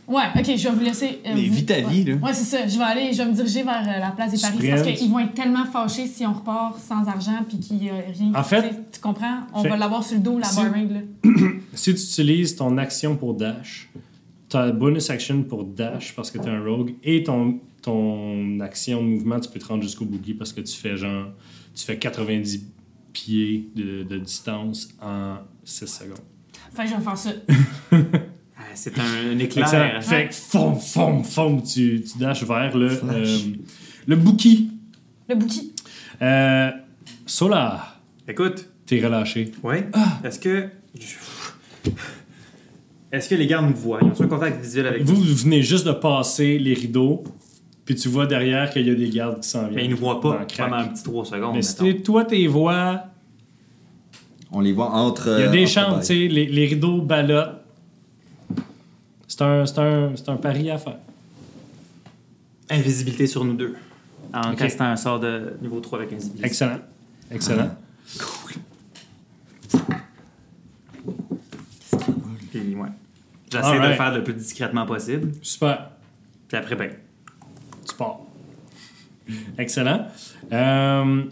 Ouais, ok, je vais vous laisser. euh,
Mais
vous-
vis ta
ouais.
vie, là.
Ouais, c'est ça. Je vais aller, je vais me diriger vers euh, la place des
Tu
Paris
te
parce
prêtes?
qu'ils vont être tellement fâchés si on repart sans argent puis qu'il n'y a rien.
En fait-
tu sais, tu comprends? On
Fait-
va l'avoir sur le dos, la
Si-
barring, là.
Si tu utilises ton action pour dash, ta bonus action pour dash parce que tu es un rogue et ton, ton action de mouvement, tu peux te rendre jusqu'au boogie parce que tu fais genre tu fais 90 pieds de, de distance en 6 secondes.
Fait que je vais faire ça.
Ah, c'est un, un
Excellent.
éclair.
Fait que fom, fom, fom, tu, tu dashes vers le, euh, le bookie.
Le bouki.
Euh, Solar,
Écoute,
t'es relâché.
ouais.
Ah.
Est-ce que. Est-ce que les gardes me voient? Ils ont un contact visuel avec
Vous, vous venez juste de passer les rideaux, puis tu vois derrière qu'il y a des gardes qui s'en viennent.
Mais ils ne voient
Dans
pas
le crack.
pendant un petit 3 secondes.
Mais si
mettons.
t'es- toi, t'es vois,
On les voit entre.
il y a
euh,
ah,
des
entre
chambres,
bails.
tu sais, les, les rideaux ballottent. C'est un, c'est un, c'est un pari à faire.
Invisibilité sur nous deux. En
Ok.
castant un sort de niveau 3 avec invisibilité.
Excellent. Excellent.
Puis, ouais. J'essaie de
Alright.
le faire le plus discrètement possible.
Super.
Puis après, ben.
Tu pars. Excellent. Euh,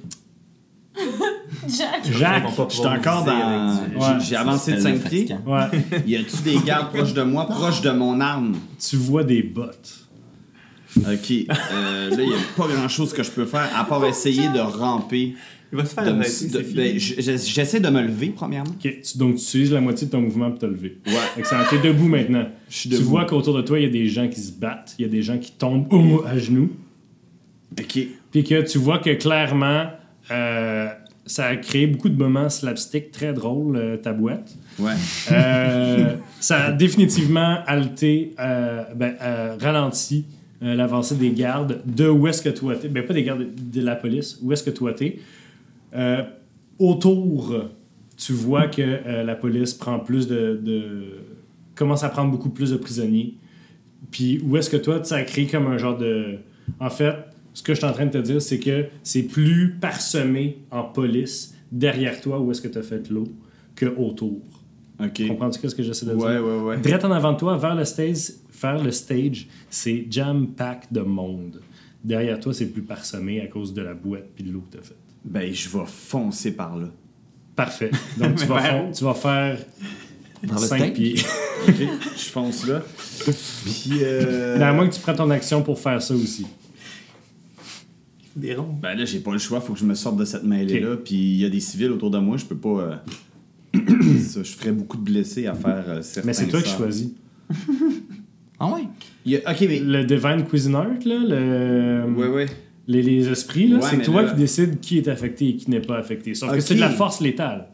Jack.
Jacques,
Ils vont pas
je suis
pouvoir
encore
viser
dans.
avec du-
Ouais.
euh, j'ai- J'ai avancé de
C'est
5 pieds.
fatigant.
ouais,
Y a-tu des gardes proches de moi, proches de mon arme?
tu vois des bottes.
Ok, euh, là, y a pas grand-chose que je peux faire à part essayer de ramper.
Il va se faire
de me-
arrêter, c'est
de-
fini.
ben, j- j- J'essaie de me lever, premièrement.
Ok, tu- donc, tu utilises la moitié de ton mouvement pour te lever.
Ouais.
Excellent. T'es debout maintenant.
Je suis
Tu
debout.
vois qu'autour de toi, il y a des gens qui se battent, il y a des gens qui tombent oh, à genoux.
Ok.
Puis que tu vois que clairement, euh, ça a créé beaucoup de moments slapstick très drôles, euh, ta boîte.
Ouais.
Euh, ça a définitivement halté, euh, ben, euh, ralenti euh, l'avancée des gardes de où est-ce que toi t'es. Ben, pas des gardes, de la police. Où est-ce que toi t'es. Euh, autour, tu vois que euh, la police prend plus de, de- commence à prendre beaucoup plus de prisonniers. Puis où est-ce que toi, ça crée comme un genre de... En fait, ce que je suis en train de te dire, c'est que c'est plus parsemé en police derrière toi où est-ce que tu as fait l'eau que autour.
Ok.
Comprends-tu ce que j'essaie de
Ouais, ouais,
dire?
ouais.
Direct en avant de toi, vers le stage, vers le stage, c'est jam-pack de monde. Derrière toi, c'est plus parsemé à cause de la boîte puis de l'eau que tu as faite.
Ben, je vais foncer par là.
Parfait. Donc, tu, vas faire, tu vas faire
Par le
5
steak?
pieds.
Ok, je fonce là. Puis. euh,
À moins que tu prennes ton action pour faire ça aussi.
Des ronds.
Ben là, j'ai pas le choix, faut que je me sorte de cette mêlée-là. Puis il y a des civils autour de moi, je peux pas. euh, ça, je ferais beaucoup de blessés à faire euh, certains.
Mais c'est toi qui
sorts.
choisis.
Ah ouais?
Il y a- Ok, mais.
Le Divine Cuisine Art, là, le...
Ouais, ouais.
les, les esprits, là,
Ouais,
c'est
mais
toi
là-
qui décides qui est affecté et qui n'est pas affecté. Sauf que
Ok.
c'est de la force létale.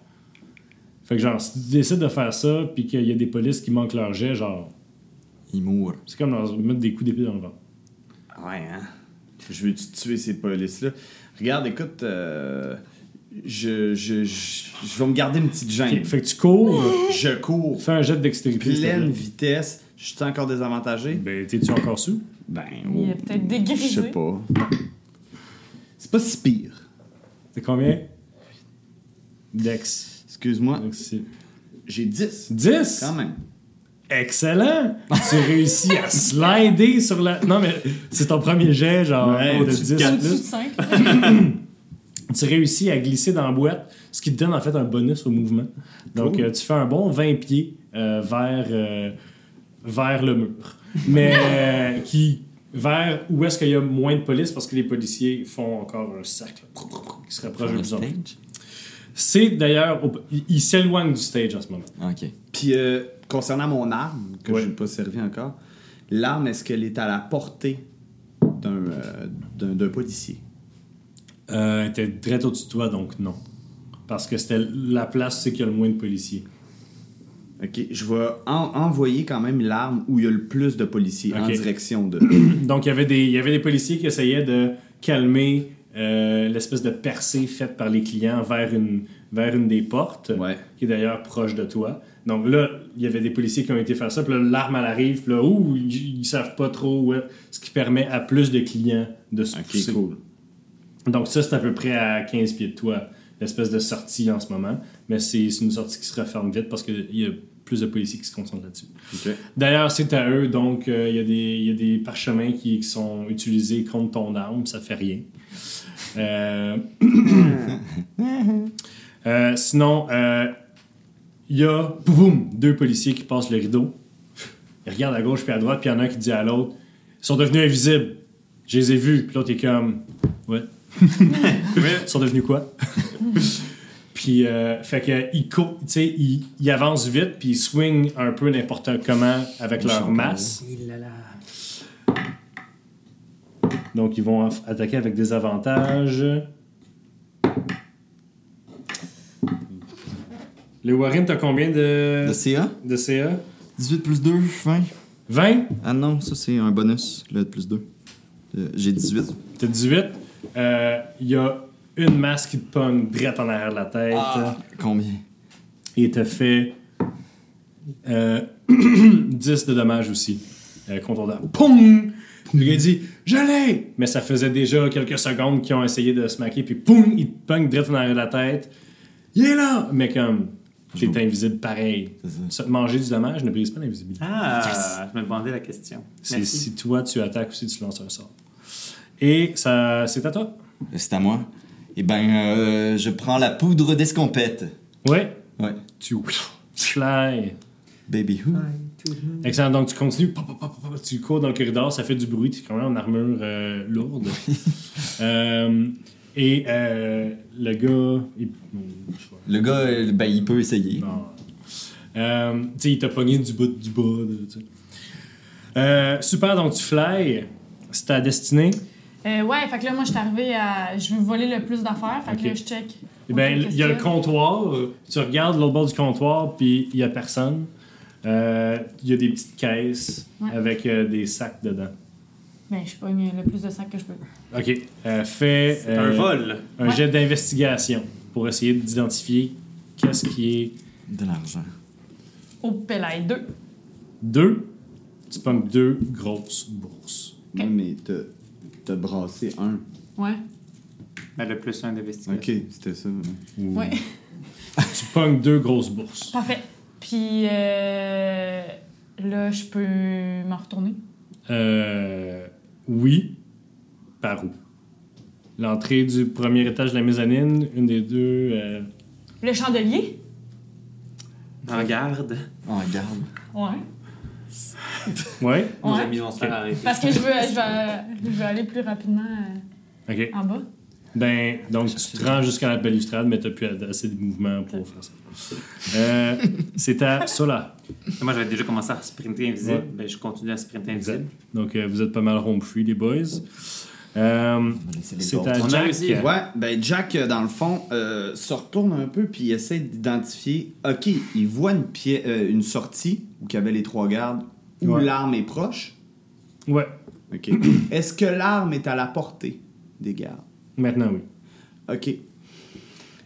Fait que genre, si tu décides de faire ça, puis qu'il y a des polices qui manquent leur jet, genre,
Il mourent.
c'est comme leur mettre des coups d'épée dans le ventre.
Ouais, hein. Je veux tuer ces polices-là. Regarde, écoute, euh, je, je, je, je vais me garder une petite gêne.
Ok, Fait que tu cours,
Je cours
fais un jet de dextérité. s'il te plaît.
pleine vitesse. Je suis encore désavantagé?
Ben, t'es-tu encore sous?
Ben,
Il est
oh,
peut-être dégrisé.
Je sais pas. C'est pas si pire.
T'es combien? Dex.
Excuse-moi,
Donc, c'est-
j'ai 10.
10?
Quand même.
Excellent! tu réussis à slider sur la. Non, mais c'est ton premier jet, genre,
Ouais,
haut de
tu te
10
Au-dessus de
plus.
5.
tu réussis à glisser dans la boîte, ce qui te donne en fait un bonus au mouvement. Donc,
Cool.
euh, tu fais un bon 20 pieds euh, vers, euh, vers le mur. Mais euh, qui vers où est-ce qu'il y a moins de police parce que les policiers font encore un cercle qui se rapproche de
le
plus en plus.
stage?
C'est d'ailleurs, au- ils- ils s'éloignent du stage en ce moment.
Ah, ok.
Puis, euh, concernant mon arme, que
Ouais.
je n'ai pas servi encore, l'arme, est-ce qu'elle est à la portée d'un euh, d'un- d'un policier?
Euh, T'es très au-dessus de toi, donc non. Parce que c'était la place où c'est qu'il y a le moins de policiers.
Ok, je vais en- envoyer quand même l'arme où il y a le plus de policiers en
Ok.
direction de.
Donc, il y avait des- il y avait des policiers qui essayaient de calmer euh, l'espèce de percée faite par les clients vers une, vers une des portes,
Ouais.
qui est d'ailleurs proche de toi. Donc là, il y avait des policiers qui ont été faire ça, puis là, l'arme, elle arrive, puis là, ouh, ils, ils savent pas trop, ouais, ce qui permet à plus de clients de se pousser.
cool.
Donc ça, c'est à peu près à 15 pieds de toi, l'espèce de sortie en ce moment. Mais c'est c'est une sortie qui se referme vite parce qu'il y a plus de policiers qui se concentrent là-dessus.
Ok.
D'ailleurs, c'est à eux, donc euh, il y a des- il y, a des parchemins qui, qui sont utilisés contre ton arme, ça fait rien. Euh, euh, sinon, euh, il y a boum, deux policiers qui passent le rideau. Ils regardent à gauche puis à droite, puis il y en a un qui dit à l'autre Ils sont devenus invisibles. Je les ai vus. Puis l'autre est comme Ouais. Ils sont devenus quoi Puis, euh, fait que, ils, cou- tu sais, ils, ils avancent vite, puis ils swingent un peu n'importe comment avec leur masse. Donc, ils vont aff- attaquer avec des avantages. Le Warren, t'as combien de,
Le CA,
de CA
18 plus 2, 20.
20
Ah non, ça c'est un bonus, le plus 2. J'ai 18.
T'as 18 Euh, Il y a une masse qui te pogne direct en arrière de la tête.
Combien
Et t'as fait euh, 10 de dommages aussi. Euh, contondant. Poum! Le gars dit Je l'ai! Mais ça faisait déjà quelques secondes qu'ils ont essayé de se maquer, puis poum! Il te pogne direct en arrière de la tête. Il est là! Mais comme, t'es invisible pareil. Se- Manger du dommage ne brise pas l'invisibilité.
Ah, je me demandais la question.
C'est
Merci.
si toi tu attaques aussi, tu lances un sort. Et ça, c'est à toi.
C'est à moi. Eh ben, euh, je prends la poudre d'escompette.
Ouais.
Ouais.
Tu fly.
Baby who
Excellent. Donc, tu continues, pa, pa, pa, pa, pa, tu cours dans le corridor, ça fait du bruit, tu es quand même en armure euh, lourde. Euh, et euh, le gars. Il...
Le gars, euh, ben, il peut essayer.
Bon. Euh, tu sais, il t'a pogné du bout du bas. là, tu sais. Euh, super, donc tu fly. C'est ta destinée.
Euh, ouais, fait que là, moi, je suis arrivée à. Je veux voler le plus d'affaires, fait
Ok.
que là, je check.
Eh ben,
Aucune
il y a le
question.
comptoir. euh, Tu regardes l'autre bord du comptoir, puis il y a personne. Euh, Il y a des petites caisses
Ouais.
avec euh, des sacs dedans.
Ben, je pogne le plus de sacs que je peux.
OK. Euh, fais
C'est un
euh,
vol.
un
Ouais.
jet d'investigation pour essayer d'identifier qu'est-ce qui est
De l'argent.
Au Pelaï 2.
deux. Tu pognes deux grosses bourses.
Non, mais t'as t'as brassé un.
Ouais.
Ben, le plus un d'investigation.
Ok, c'était ça. ouais.
Ouais.
Tu pognes deux grosses bourses.
Parfait. Puis euh, là, je peux m'en retourner.
Euh, oui. Par où? L'entrée du premier étage de la mezzanine, une des deux. euh,
Le chandelier?
En garde,
En garde.
Ouais.
Ouais?
Ouais.
Nos amis vont se faire arrêter.
Parce que je veux, je veux, je veux aller plus rapidement euh,
OK.
en bas.
Ben, donc tu te rends jusqu'à la balustrade, mais t'as plus assez de mouvement pour faire ça. Euh, c'est à Sola.
Moi, j'avais déjà commencé à sprinter invisible.
Ouais.
Ben, je continue à sprinter invisible.
Donc euh, vous êtes pas mal home free, les boys. Euh,
C'est
c'est
les
à
On a
Jack.
réussi.
Ouais, ben Jack, euh, dans le fond, euh, se retourne un peu puis il essaie d'identifier. Ok, il voit une, pied- euh, une sortie où qu'il y avait les trois gardes, où
Ouais.
l'arme est proche.
Ouais,
Ok. Est-ce que l'arme est à la portée des gardes?
maintenant oui.
OK.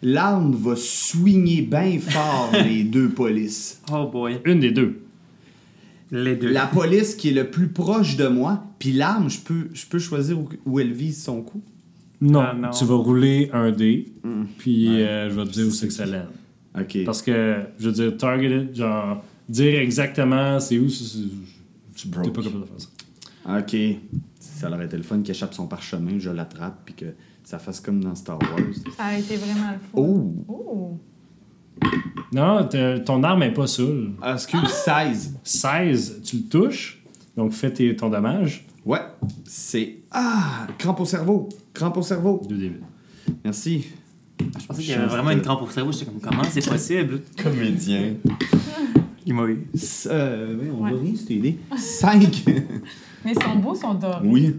L'arme va soigner bien fort les deux polices.
Oh boy.
Une des deux.
Les deux.
La police qui est le plus proche de moi, puis l'arme, je peux, je peux choisir où, où elle vise son coup.
Non,
Ah, non.
tu vas rouler un dé, puis euh, je vais te dire où c'est que ça l'aide.
OK.
Parce que, je veux dire, targeted, genre, dire exactement c'est où, c'est- c'est- t'es
Tu broke.
pas capable de faire ça.
Ah, OK. Ça aurait été le fun qu'il échappe son parchemin, je l'attrape, puis que ça fasse comme dans Star Wars.
Ça a été vraiment le fou.
Oh!
Oh!
Non, t'as- ton arme est pas saoule.
Ah, Excuse, 16.
16, tu le touches, donc fais tes- ton dommage.
Ouais, c'est... Ah! Crampe au cerveau! Crampe au cerveau!
2 d
Merci.
Je pensais qu'il y avait vraiment une crampe au cerveau. J'étais comme, comment c'est possible?
Comédien.
Il m'a eu.
S- euh, ouais, on
Ouais.
va rien, cette idée. 5!
Mais ils sont beaux, ils sont dorés.
oui.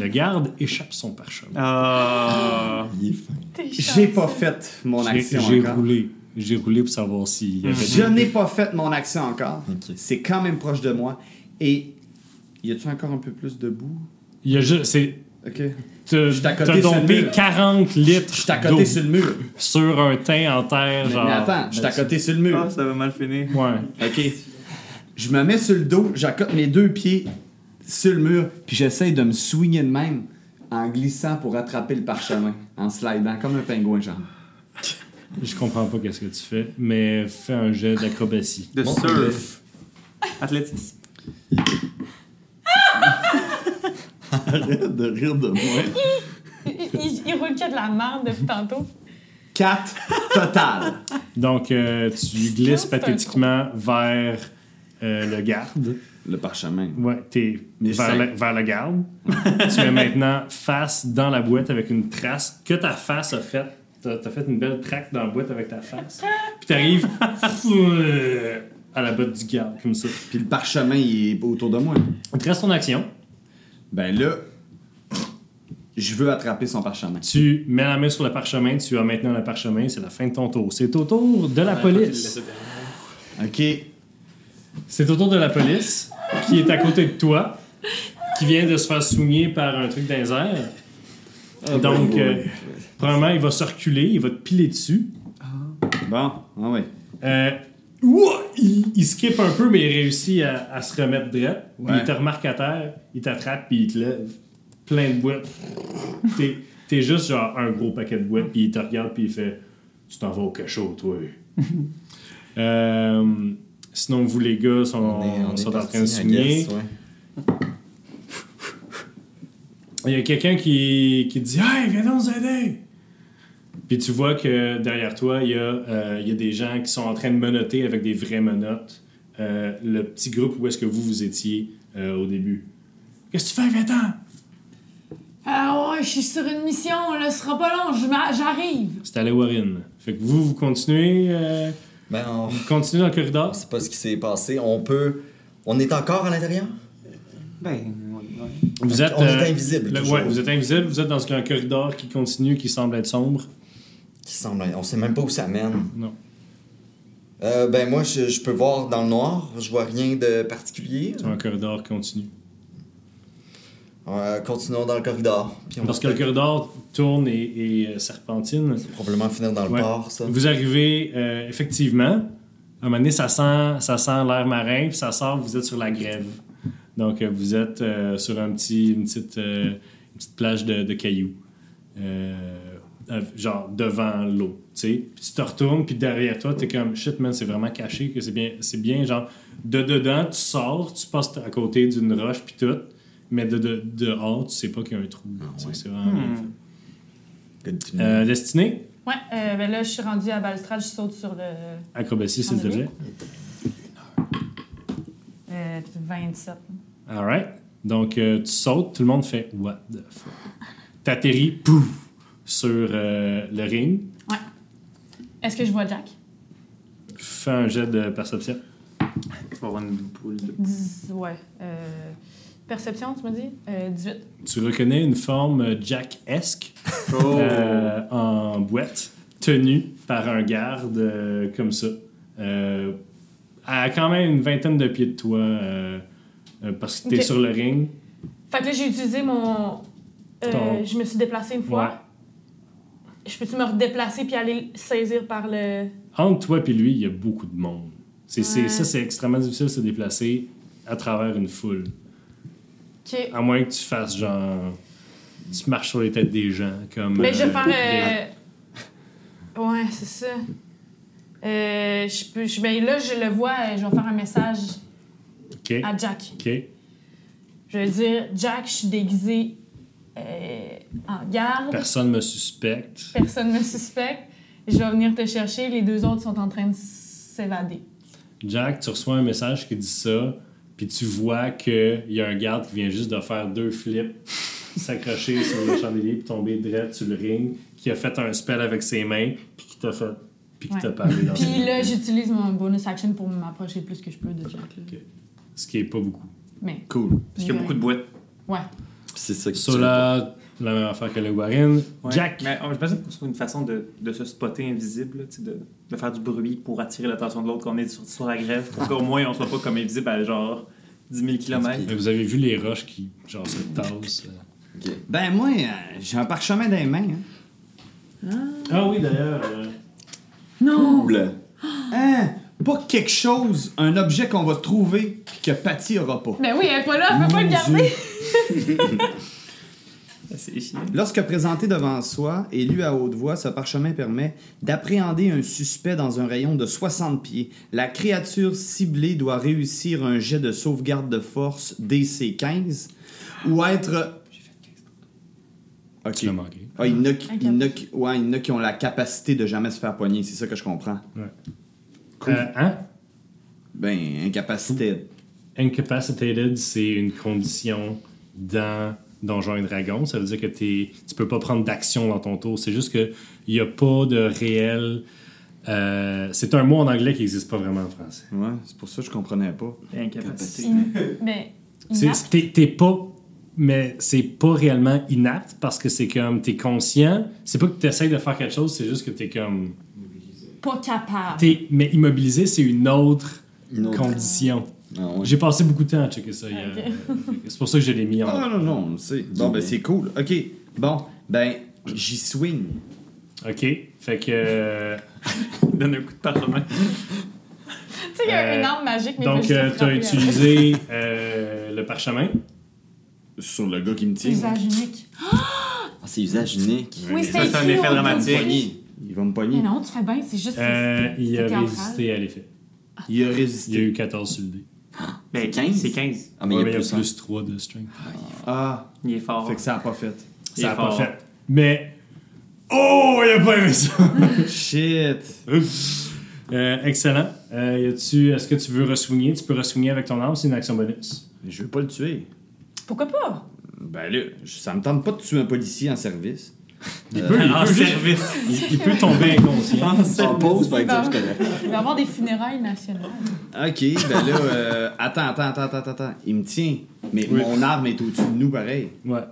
Le garde échappe son parchemin.
Ah.
Il est fin.
T'es
J'ai pas
chanceux.
fait mon
J'ai-
action
J'ai
encore. Hmm.
roulé. J'ai roulé pour savoir s'il y avait
Je n'ai pas fait mon action encore.
Ok.
C'est quand même proche de moi. Et y a-tu encore un peu plus de boue?
Il y a juste. C'est
Ok.
Tu
J'étais à côté
as
sur le
dompé
mur.
40
Je
litres
suis à
d'eau
côté sur le mur.
sur un teint en terre,
Mais,
genre.
mais attends,
ben,
Je suis à côté sur le mur.
Ah, ça va mal finir.
Ouais.
Ok.
Je me mets sur le dos, j'accote mes deux pieds.
Sur le mur, puis j'essaye de me swinguer de même en glissant pour attraper le parchemin, en slidant comme un pingouin, genre.
Je comprends pas qu'est-ce que tu fais, mais fais un jet d'acrobatie.
De
Bon,
surf. Athlétisme.
Arrête de rire de moi.
Il, il- il roule que de la merde depuis tantôt.
4 total.
Donc, euh, tu glisses
C'est un
pathétiquement vers euh, le garde.
Le parchemin.
Ouais, t'es
Mais
vers,
c'est-
le- vers le garde. tu es maintenant face dans la boîte avec une trace que ta face a faite. T'as t'as fait une belle traque dans la boîte avec ta face. Puis t'arrives à la botte du garde, comme ça.
Puis le parchemin, il est autour de moi.
Il te reste ton action.
Ben là, je veux attraper son parchemin.
Tu mets la main sur le parchemin, tu as maintenant le parchemin, c'est la fin de ton tour. C'est au tour de la police.
Ok.
C'est au tour de la police, qui est à côté de toi, qui vient de se faire soigner par un truc dans les airs. Donc,
ouais,
euh,
ouais.
probablement, il va se reculer, il va te piler dessus.
Bon, ah ouais.
Euh, ouah, il, il skip un peu, mais il réussit à, à se remettre droit.
Ouais.
Il te remarque à terre, il t'attrape, puis il te lève. Plein de boîtes. T'es- T'es juste genre un gros paquet de boîtes, puis il te regarde, puis il fait Tu t'en vas au cachot, toi. Euh, sinon, vous, les gars, sont, sont en train de signer. Il y a quelqu'un qui, qui dit Hey, viens donc nous aider! Puis tu vois que derrière toi, il y, a, euh, il y a des gens qui sont en train de menotter avec des vraies menottes euh, le petit groupe où est-ce que vous vous étiez euh, au début. Qu'est-ce que tu fais, Vétan?
Ah ouais, je suis sur une mission, là, ce sera pas long, je m'a- j'arrive.
C'est allé Warren. Fait que vous, vous continuez, euh,
Ben, on
vous continuez dans le corridor.
on sait pas ce qui s'est passé. On peut. On est encore à l'intérieur?
Ben, ouais, ouais.
Vous êtes, euh,
on est invisible,
le-
toujours.
ouais, vous êtes invisible, vous êtes dans un corridor qui continue, qui semble être sombre.
Qui semble. On sait même pas où ça mène.
Non.
Euh, ben, moi, je, je peux voir dans le noir. Je vois rien de particulier.
C'est un corridor continu.
Euh, continuons dans le corridor. Puis on
Parce que le corridor tourne et, et, euh, serpentine.
probablement finir dans le
Ouais.
port, ça.
Vous arrivez, euh, effectivement, à un moment donné, ça sent, ça sent l'air marin, puis ça sort, vous êtes sur la grève. Donc, euh, vous êtes euh, sur un petit, une, petite, euh, une petite plage de, de cailloux, Euh, euh, genre devant l'eau, tu sais. Puis tu te retournes, puis derrière toi, t'es comme, shit, man, c'est vraiment caché, que c'est bien, c'est bien, genre, de dedans, tu sors, tu passes à côté d'une roche, puis tout, mais de, de- dehors, tu sais pas qu'il y a un trou. tu sais, C'est vraiment bien fait.
Good to know.
Euh, Destinée,
Ouais, euh, ben là, je suis rendue à Balustrade, je saute sur le.
acrobatie, s'il te
Enlever.
plaît.
euh, 27.
Alright. Donc, euh, tu sautes, tout le monde fait What the fuck? T'atterris, pouf, sur euh, le ring.
Est-ce que je vois Jack?
Fais un jet de perception.
Tu vas avoir une poule de.
Dix- ouais. euh, perception, tu me dis? Euh, 18.
Tu reconnais une forme euh, Jack-esque
Oh!
euh, en boîte, tenue par un garde euh, comme ça. Euh, à quand même une vingtaine de pieds de toi, euh, euh, parce que t'es
Ok.
sur le ring.
Fait que là, j'ai utilisé mon. euh,
Ton-
Je me suis déplacée une fois. Je peux-tu me redéplacer puis aller saisir par le.
Entre toi et lui, il y a beaucoup de monde. C'est, c'est-
Ouais.
ça, c'est extrêmement difficile de se déplacer à travers une foule.
Ok.
À moins que tu fasses genre. Tu marches sur les têtes des gens comme.
Mais je vais
euh,
faire. euh, Ouais, c'est ça. Euh, je peux. Je... Ben là, je le vois, euh, je vais faire un message
des- euh, Ok.
à Jack.
Ok.
Je vais dire Jack, je suis déguisée euh, en garde.
Personne me suspecte.
Personne me suspecte. Je vais venir te chercher. Les deux autres sont en train de s'évader.
Jack, tu reçois un message qui dit ça, puis tu vois qu'il y a un garde qui vient juste de faire deux flips, s'accrocher sur le chandelier, puis tomber direct sur le ring, qui a fait un spell avec ses mains, puis qui t'a fait. puis qui
Ouais.
t'a parlé dans ses
Puis
mains.
là, j'utilise mon bonus action pour m'approcher le plus que je peux de Jack. là.
Ce qui est pas beaucoup.
Mais.
Cool.
Parce qu'il y a beaucoup de boîtes.
Ouais.
Puis c'est ça que tu-
Ça là, la même affaire que le Warren.
Ouais.
Jack,
Mais euh, je pense qu'on trouve une façon de, de se spotter invisible, là, tu sais, de, de faire du bruit pour attirer l'attention de l'autre qu'on est sur, sur la grève, pour qu'au moins on soit pas comme invisible à genre 10 000 km.
vous avez vu les roches qui, genre, se tassent. euh,
Ben, moi, euh, j'ai un parchemin dans les mains. hein.
Ah oui, d'ailleurs. euh,
Cool.
Hein? Pas quelque chose, un objet qu'on va trouver puis que Patty aura pas.
Ben oui, elle est pas là, elle peut pas le garder.
C'est chiant.
Lorsque présenté devant soi et lu à haute voix, ce parchemin permet d'appréhender un suspect dans un rayon de 60 pieds. La créature ciblée doit réussir un jet de sauvegarde de force DC15 ou être.
Tu
Ok.
l'as manqué.
Ah, il y en a qui- il y en a qui- ouais, il y en a qui ont la capacité de jamais se faire poigner, c'est ça que je comprends.
Euh, hein?
Ben, incapacité.
Incapacitated, c'est une condition dans Donjons et Dragons. Ça veut dire que t'es- tu peux pas prendre d'action dans ton tour. C'est juste que il n'y a pas de réel. euh, c'est un mot en anglais qui n'existe pas vraiment en français.
Ouais, c'est pour ça que je comprenais pas.
Incapacité.
Mais.
C'est-
inapte.
T'es t'es pas. Mais c'est pas réellement inapte parce que c'est comme. T'es conscient. C'est pas que tu essaies de faire quelque chose, c'est juste que t'es comme.
Pas capable.
T'es- mais immobilisé, c'est une autre,
Une autre.
condition.
Ah ouais.
J'ai passé beaucoup de temps à checker ça hier.
Ok.
C'est pour ça que je l'ai mis en.
Ah.
Non, non, non, on le sait. Bon, ben, c'est cool. Ok. Bon, ben, j'y swing.
Ok. Fait que. euh,
Donne un coup de parchemin.
Tu sais, il y a
Euh,
une arme magique, mais il
Donc,
faut
euh,
juste
t'as
frapper
utilisé euh, le parchemin.
Sur le gars qui me
avec. Usage unique.
Ah, c'est usage unique.
Oui,
ça,
c'est
c'est un
écrit
effet
au
dramatique.
dessous.
Il va me
Mais
pogner.
non, tu fais bien, c'est juste.
Euh,
c'est-
il
c'est
a
théâtral.
résisté à l'effet.
Il a
Il a
résisté.
eu 14 sur le dé.
Ben,
15.
C'est 15.
Ah, mais
Ouais,
il y a plus.
plus 3 de strength.
Ah,
Il est fort.
fait que ça a pas fait.
Il
ça
est
a pas
fort.
fait. Mais. Oh, il a pas aimé ça!
Shit.
Euh, excellent. Euh, y a-tu- Est-ce que tu veux ressoigner? Tu peux ressoigner avec ton arme, c'est une action bonus.
Mais je veux pas le tuer.
Pourquoi pas?
Ben là, je- ça me tente pas de tuer un policier en service.
En service.
Il, il peut tomber inconscient.
En
Ah,
ça. En
service.
pause, par
C'est
exemple,
bon.
c'est correct.
Il va y avoir des funérailles nationales.
Ok, ben là, euh, attends, attends, attends, attends, attends, attends. Il me tient. Mais mon arme est au-dessus de nous, pareil.
Ouais.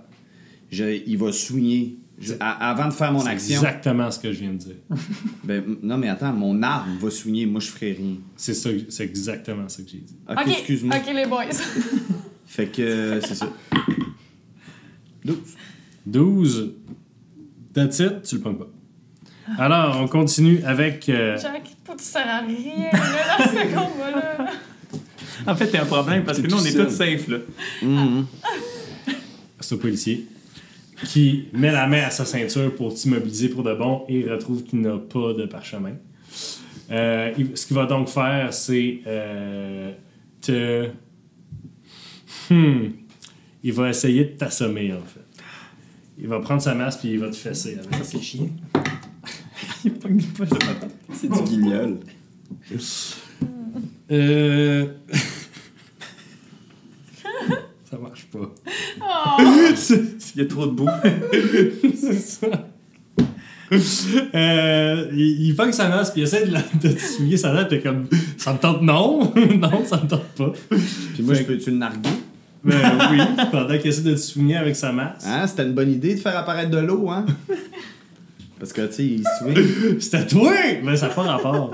Je- il va soigner. Je- à- avant de faire mon
C'est
action.
exactement ce que je viens de dire.
Ben, m- non, mais attends, mon arme va soigner. Moi, je ferai rien.
C'est ça, c'est exactement ça que j'ai dit.
Ok, excuse-moi.
Ok, les boys.
Fait que euh, c'est ça. 12.
12. That's it, tu le pognes pas. Alors, on continue avec. euh,
Jack, toi, tu sers à rien, là, dans ce combat-là.
En fait, t'as un problème parce que
T'es
nous, on
tout
est
seul.
tous safe, là.
ce policier qui met la main à sa ceinture pour t'immobiliser pour de bon et retrouve qu'il n'a pas de parchemin. Euh, il- ce qu'il va donc faire, c'est euh, te. Hmm. Il va essayer de t'assommer, en fait. Il va prendre sa masse puis il va te fesser. avec.
Ça, c'est chiant. Il pogne des poches de patate.
C'est du guignol.
Euh... ça marche pas.
Oh,
Il y a trop de boue.
C'est ça. Euh, il, il pogne sa masse puis il essaie de, la, de te souiller sa tête, t'es comme ça me tente non, non ça me tente pas.
Puis moi, je peux-tu le narguer?
Ben oui, pendant qu'il essaie de te souiller avec sa masse,
Hein? C'était une bonne idée de faire apparaître de l'eau, hein? Parce que, tu sais, il swing.
c'était toi, mais ça n'a pas rapport.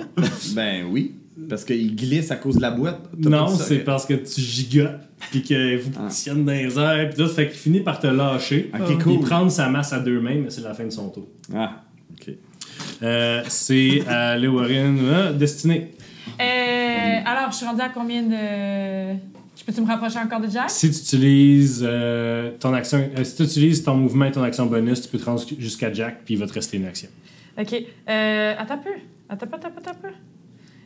Ben oui. Parce qu'il glisse à cause de la boîte. T'as pas
Non,
dit ça,
c'est
ok? Ah.
parce que tu gigotes puis qu'il vous tiennent dans les airs puis tout, fait qu'il finit par te lâcher.
Ok,
puis
cool.
prendre sa masse à deux mains, mais c'est la fin de son tour.
Ah, ok.
Euh, c'est à Léo Warren, euh, destiné.
Euh, alors, je suis rendue à combien de. Je Peux-tu me rapprocher encore de Jack?
Si tu utilises euh, ton action, euh, si tu utilises ton mouvement et ton action bonus, tu peux te rendre jusqu'à Jack, puis il va te rester une action.
Ok. Euh, attends un peu. Attends, attends, attends, attends.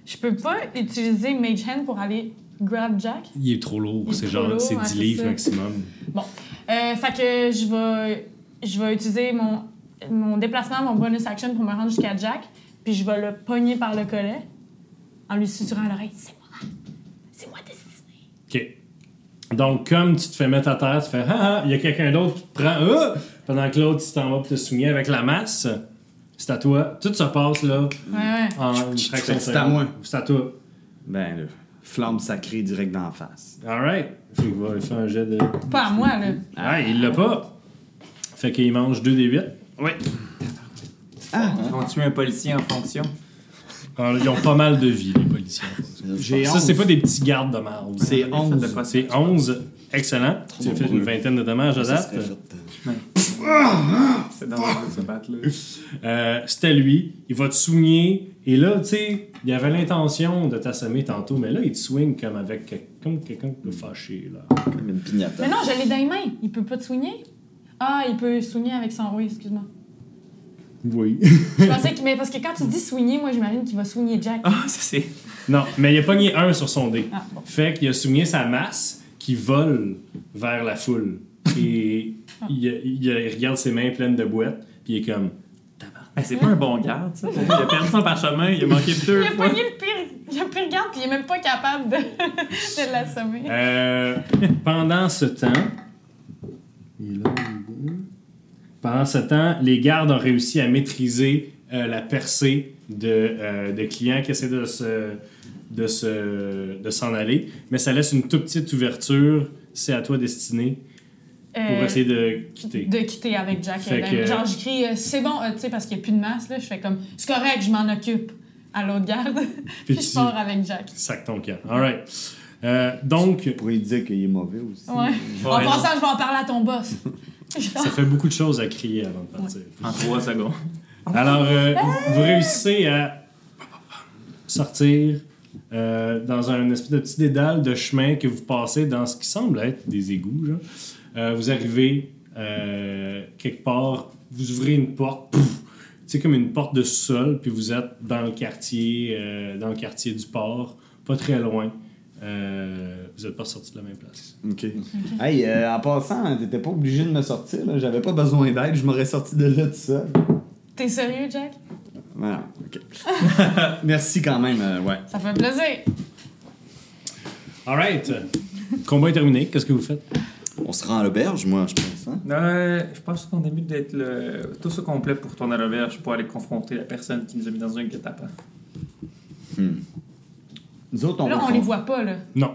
Je peux pas utiliser Mage Hand pour aller grab Jack?
Il est trop
Il
lourd,
est
c'est
trop
genre
lourd,
c'est
ouais,
10
c'est
livres
ça.
maximum.
Euh, fait que je vais, je vais utiliser mon, mon déplacement, mon bonus action pour me rendre jusqu'à Jack, puis je vais le pogner par le collet en lui susurrant à l'oreille C'est moi, c'est moi, Destiny.
OK. Donc, comme tu te fais mettre à terre, tu fais Ah, ah, il y a quelqu'un d'autre qui te prend, Ah! pendant que l'autre, tu t'en vas pour te souligner avec la masse. C'est à toi. Tout se passe là
Ouais, ouais.
en une fraction de
C'est à
seconde.
moi.
C'est à toi.
Ben là, flamme sacrée direct d'en face.
Alright. Fait qu'il va faire un jet de.
Pas à moi, là.
Ah, il l'a pas. Fait qu'il mange 2 des 8.
On tue un policier en fonction.
Alors, Ah, ils ont pas mal de vie, les policiers.
J'ai
Ça, c'est
11.
pas des petits gardes de marde.
C'est
Les fêtes
11.
de poste.
C'est 11. Excellent. Tu as fait une vingtaine de dommages à
Ça
date.
serait fait, euh,
C'est dans
Ah.
ce battre-là.
Euh, c'était lui. Il va te soigner. Et là, tu sais, il avait l'intention de t'assommer tantôt, mais là, il te swing comme avec quel- comme quelqu'un de fâché. Là.
Comme une pignata.
Mais non, je l'ai dans les mains. Il peut pas te soigner. Ah, il peut soigner avec son oui, excuse-moi.
Oui.
Je pensais que. Mais parce que quand tu dis soigner, moi, j'imagine qu'il va soigner Jack.
Ah, ça c'est.
Non, mais il a pogné un sur son dé.
Ah, bon.
Fait qu'il a soigné sa masse qui vole vers la foule. Et
Ah.
il, il- il regarde ses mains pleines de boîtes, puis il est comme.
Ben, c'est pas un bon garde, ça. Il a perdu son parchemin, il a manqué deux
Il a
fois.
pogné le pire. Il a pris le garde, puis il est même pas capable de, de l'assommer.
Euh, pendant ce temps. il est là, il est là. Pendant ce temps, les gardes ont réussi à maîtriser euh, la percée de, euh, de clients qui essaient de se de se de s'en aller, mais ça laisse une toute petite ouverture. C'est à toi destiné pour
Euh,
essayer de quitter.
De quitter avec Jack.
Fait
euh,
que-
Genre, je crie, euh, c'est bon, euh, tu sais, parce qu'il n'y a plus de masse, là. Je fais comme, c'est correct, je m'en occupe à l'autre garde. puis
tu-
je pars avec Jack.
Sac ton camp. All right. Euh, donc,
Pour lui dire qu'il est mauvais aussi.
Ouais. en
Ouais,
passant, je vais en parler à ton boss. Genre,
ça fait beaucoup de choses à crier avant de partir.
En trois secondes.
Alors, euh, vous réussissez à sortir euh, dans un espèce de petit dédale de chemin que vous passez dans ce qui semble être des égouts. genre. Euh, vous arrivez euh, quelque part, vous ouvrez une porte, pouf, c'est comme une porte de sol, puis vous êtes dans le quartier, euh, dans le quartier du port, pas très loin. Euh, vous n'êtes pas sorti de la même place.
OK.
Mm-hmm.
Hey, euh, en passant, t'étais pas obligé de me sortir. là. J'avais pas besoin d'aide. Je m'aurais sorti de là tout seul.
oh, T'es sérieux, Jack?
Voilà. OK. Merci quand même. euh, ouais.
Ça fait plaisir.
All right. Combat est terminé. Qu'est-ce que vous faites?
On se rend à l'auberge, moi, je pense. hein?
Euh, je pense qu'on débute d'être le... tout ce complet pour tourner à l'auberge pour aller confronter la personne qui nous a mis dans un guet-apens.
Nous autres, on
Là,
va
on les voit pas, là.
Non.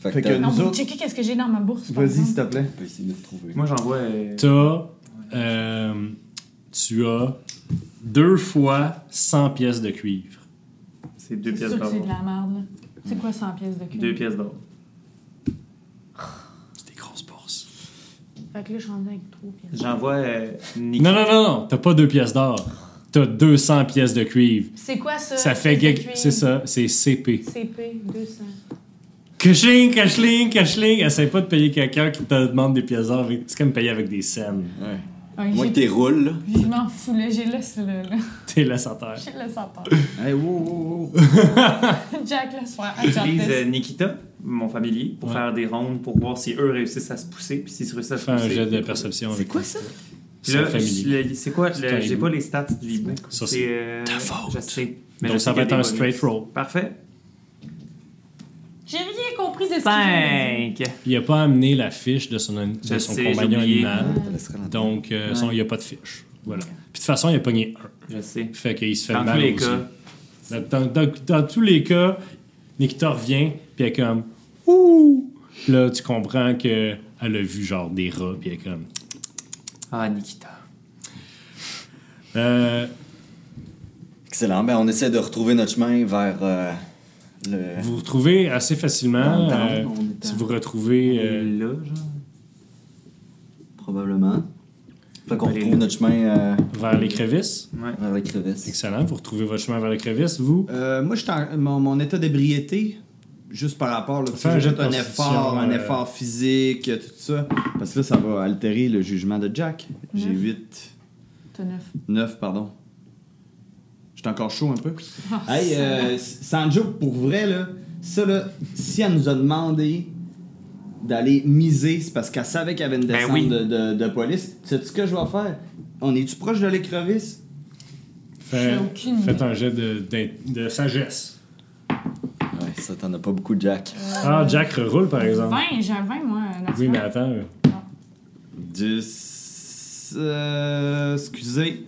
Fait
Fait
que
que
t'as-
Non,
nous
vous
autres-
checker qu'est-ce que j'ai dans ma bourse. par
Vas-y,
exemple.
s'il te plaît.
on peut essayer de le trouver.
Moi, j'envoie. euh,
T'as, euh, tu as deux fois 100 pièces de cuivre.
C'est deux
C'est
pièces
sûr que
d'or.
c'est de la merde, là. C'est quoi 100 pièces de cul?
Deux pièces d'or.
C'est des grosses bourses.
Fait que là, je suis rendue avec 3 pièces.
J'envoie euh, Nick.
Non, non, non, non, t'as pas deux pièces d'or. T'as 200 pièces de cuivre.
C'est quoi ça?
Ça fait
pièces de
gag...
cuivre?
C'est ça, c'est CP.
CP 200.
Cachling, cachling, cachling. Essaye pas de payer quelqu'un qui te demande des pièces d'or. avec- C'est comme payer avec des scènes.
Ouais.
Ouais,
Moi,
j'ai-
t'es roule, là.
Je m'en fous, là. J'ai le, c'est le, là.
T'es laissé à terre.
J'ai le sapin.
Hey, wow, wow, wow.
Jack, le soir,
J'utilise euh,
Uncharted.
Nikita, mon familier, pour
Ouais.
faire des rondes pour voir si eux réussissent à se pousser. Puis s'ils se réussissent à se
Fais un
pousser.
jet de perception avec
quoi ça?
Puis
son
là,
familier.
je- le- C'est quoi le-
C'est un
J'ai
hibou.
pas les stats du hibou. C'est,
Ça, c'est
euh,
ta faute.
Je sais. Mais
Donc,
je
ça
sais
va
qu'il y a
être
des
un
bonus.
straight roll.
Parfait.
J'ai rien compris de ce que
5.
Il a pas amené la fiche de son, de
Je
son
sais,
compagnon
j'ai oublié.
animal.
Ah.
te laisserai l'entendre.
Donc, euh, son-
Ouais.
il a pas de fiche. Voilà. Puis de toute façon, il a pogné un.
Je sais.
Fait qu'il se fait
Dans
mal
tous les
aussi.
cas,
Dans, dans- dans- dans tous les cas, Nikita revient, puis elle est comme Ouh! Puis Là, tu comprends que elle a vu genre des rats, puis elle est comme.
ah Nikita.
Euh,
Excellent. Ben, on essaie de retrouver notre chemin vers euh, le.
vous vous retrouvez assez
Dans
facilement.
le temps,
euh,
on est
si
en-
vous retrouvez. euh,
Là, genre.
Probablement. Fait qu'on
Allez, là.
retrouve notre chemin euh,
vers les crevisses.
Ouais.
vers les crevisses.
Excellent, vous retrouvez votre chemin vers les crevisses. Vous,
Euh, moi, je suis en- mon, mon état d'ébriété, juste par rapport, là, tu
Fais un
sais,
jet
j'ai
de
fait un
constitution,
effort, un
euh,
effort physique, euh, tout ça. Parce que là, ça va altérer le jugement de Jack. J'ai
Neuf.
8,
T'as 9.
9, pardon. J'étais encore chaud un peu. Hey, euh, Sanjo, pour vrai, là, ça, là, si elle nous a demandé d'aller miser, c'est parce qu'elle savait qu'il y avait une
Ben
descente
oui.
de, de- de police. Sais-tu ce que je vais faire? On est-tu proche de l'écrevisse?
fait-
J'ai aucune
faites
idée.
un jet de, d'in- de sagesse.
Ouais, ça, t'en as pas beaucoup, Jack.
Ah, Jack roule par exemple.
20, j'ai un 20, moi. naturel.
Oui, mais attends. euh,
10. euh, excusez.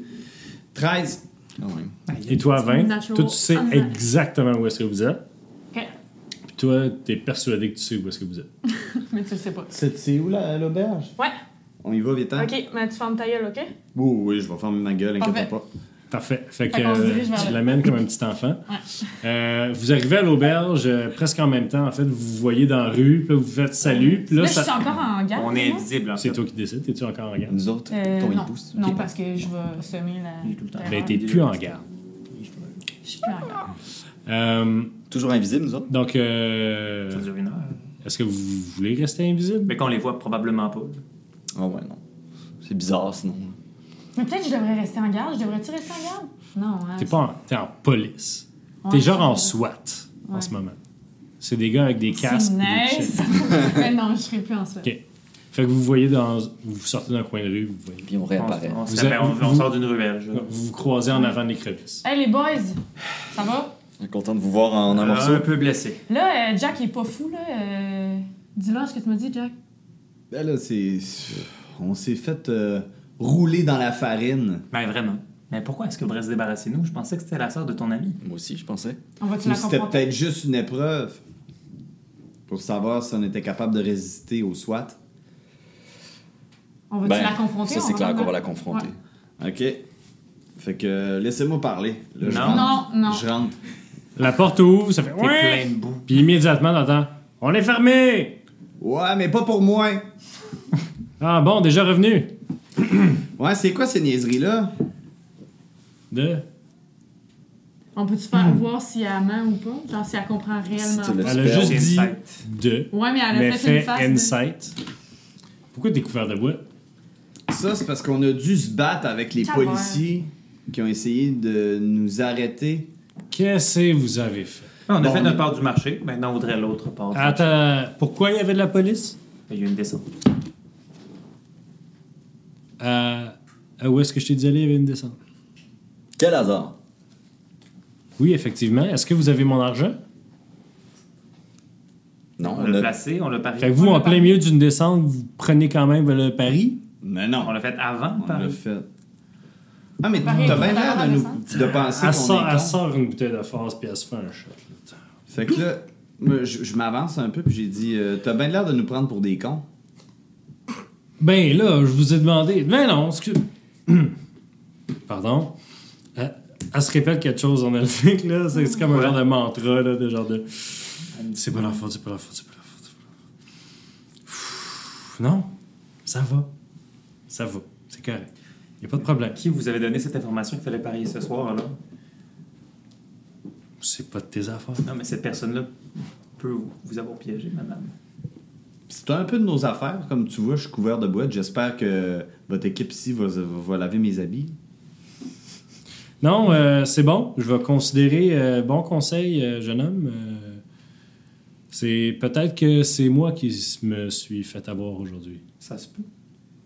13.
Quand même.
Et toi, 20,
Natural.
toi, tu sais
Ah, non.
exactement où est-ce que vous êtes.
Ok.
Puis toi, t'es persuadé que tu sais où est-ce que vous êtes.
Mais tu le sais pas.
C'est c'est où la- l'auberge?
Ouais,
On y va vite, hein?
ok, mais tu fermes ta gueule, ok?
Oui, oui, je vais fermer ma gueule, inquiète
Parfait.
pas.
Parfait. Fait que
Fait qu'on se
euh,
dirige vers
tu
le-
l'amènes comme un petit enfant.
Ouais.
Euh, vous arrivez à l'auberge euh, presque en même temps. En fait, vous vous voyez dans la rue, puis là, vous faites salut. Puis
Là,
là,
je
ça-
suis encore en garde.
On est invisible, en
c'est
fait.
toi qui décides. T'es-tu encore en garde?
Nous autres,
Euh,
ton
non,
boost.
non parce que je vais semer la.
Il est tout le temps.
terreur.
Ben, t'es plus en garde.
Je suis plus en garde.
Euh,
Toujours invisible, nous autres.
donc, euh,
Ça dure une heure.
est-ce que vous voulez rester invisible?
Mais qu'on les voit probablement pas.
Ah ouais, non. C'est bizarre, sinon.
Mais peut-être que je devrais rester en garde. Je devrais-tu rester en garde? Non, hein.
T'es pas en, t'es en police.
Ouais,
T'es genre en
c'est-
SWAT en
Ouais.
ce moment. C'est des gars avec des casques.
C'est
et des
nice.
chips.
Mais non, je serai plus en soi.
Ok. Fait que vous voyez dans. Vous sortez d'un coin de rue, vous voyez.
Puis on
On,
réapparaît.
on, se
Vous êtes-
rappelle- on- on
vous-
sort d'une ruelle. je-
Vous vous croisez en avant des crevisses.
Hey les boys, ça va?
Je suis content de vous voir en un morceau.
un peu blessé.
Là, euh, Jack, il est pas fou, là. euh, Dis-leur ce que tu m'as dit, Jack.
Ben là, c'est. On s'est fait euh, rouler dans la farine.
Ben vraiment. Mais pourquoi est-ce que vous se débarrasser de nous? Je pensais que c'était la sœur de ton ami.
Moi aussi, je pensais.
On va-tu
Ou
la
c'était
confronter?
peut-être juste une épreuve pour savoir si on était capable de résister au SWAT.
On va-tu
Ben,
la confronter?
Ça,
On
c'est
va
clair qu'on
voir.
va la confronter.
Ouais.
OK. Fait que euh, laissez-moi parler. Là, je
Non.
rentre.
Non, non.
Je rentre.
La porte ouvre, ça fait
T'es
ouais.
plein de boue.
Puis immédiatement, t'entends On est fermé
Ouais, mais pas pour moi.
Ah bon, déjà revenu
Ouais, c'est quoi ces niaiseries-là?
De
On peut-tu faire
Hmm.
voir si elle ment ou pas? Genre si elle comprend réellement.
C'est
ou
le-
pas?
Elle a
Spell.
juste dit
Insight.
de,
Ouais, mais elle a
mais
fait
fait
une face. de-
insight. Pourquoi t'es couvert de bois
Ça, c'est parce qu'on a dû se battre avec les
Ça va.
policiers qui ont essayé de nous arrêter.
Qu'est-ce que vous avez fait
Ah, On Ah. a
Bon,
fait
on
notre
est-
part du marché. Maintenant, on voudrait l'autre part.
Attends, pourquoi il y avait de la police
Il y a eu une descente.
À- à Euh, Où est-ce que je t'ai dit d'aller, il y avait une descente.
Quel hasard.
Oui, effectivement. Est-ce que vous avez mon argent
Non,
On
on
l'a
a-
placé, on l'a parié.
Fait que vous,
On
en
a
plein
pas-
milieu d'une descente, vous prenez quand même le pari
Mais
On
non,
l'a fait avant de
on l'a
parier.
fait. Ah, mais t'as
Pareil,
bien
tout à
l'air
l'heure,
de, nous,
Vincent.
de penser
Elle
qu'on
sort,
est
elle
con.
sort une bouteille de force puis elle se fait un shot. là.
Fait que là, moi, je, je m'avance un peu puis j'ai dit euh, T'as bien l'air de nous prendre pour des cons.
Ben là, je vous ai demandé. Ben non, excuse. Pardon. Elle, elle se répète quelque chose en elfique, là. C'est c'est comme un genre de mantra, là, de genre de. C'est pas leur faute, c'est pas leur faute, c'est pas leur faute. c'est pas leur faute. Pfff, Non, ça va. Ça va. C'est correct. Y a pas de problème.
Qui vous avait donné cette information qu'il fallait parier ce soir, là?
C'est pas de tes affaires.
Non, mais cette personne-là peut vous avoir piégé, madame.
C'est un peu de nos affaires. Comme tu vois, je suis couvert de boîtes. J'espère que votre équipe ici va, va- va laver mes habits.
Non, euh, c'est bon. Je vais considérer euh, bon conseil, euh, jeune homme. Euh, c'est peut-être que c'est moi qui s- me suis fait avoir aujourd'hui.
Ça se peut.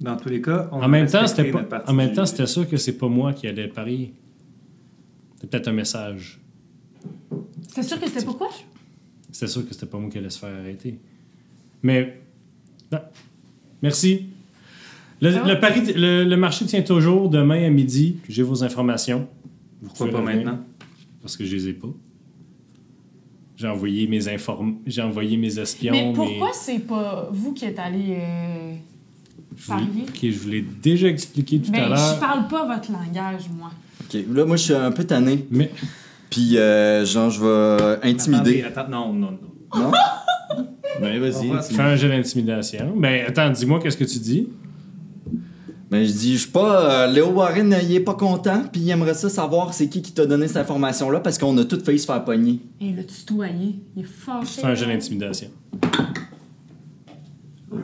Dans tous les cas, on
En même temps,
respecté
c'était
notre
pas.
partie
En même
du-
temps, c'était sûr que c'est pas moi qui allais parier. C'était peut-être un message.
C'est sûr que c'était pourquoi?
C'était sûr que c'était pas moi qui allais se faire arrêter. Mais non. merci. Le,
Ah ouais?
le pari, le, le marché tient toujours demain à midi. J'ai vos informations. Vous
Pourquoi
pouvez
pas
revenir.
maintenant?
Parce que je les ai pas. J'ai envoyé mes inform... j'ai envoyé mes espions.
Mais
mes-
pourquoi c'est pas vous qui êtes allé euh,
je vous...
parier?
que je vous l'ai déjà expliqué tout à
Ben, je
l'heure.
parle pas votre langage, moi.
Ok, Là, moi, je suis un peu tanné.
Mais
Puis, euh, genre, je vais
Attendez,
intimider.
attends, non, non, non.
Non?
Ben vas-y.
On va-
tu-
fais un jeu d'intimidation. Ben attends, dis-moi qu'est-ce que tu dis.
Ben, je dis, je suis pas. euh, Léo Warren, euh, il est pas content. Puis, il aimerait ça savoir c'est qui qui t'a donné cette information-là parce qu'on a toutes failli se faire pogner.
Et le tutoyé, il est fâché.
Fais un jeu d'intimidation.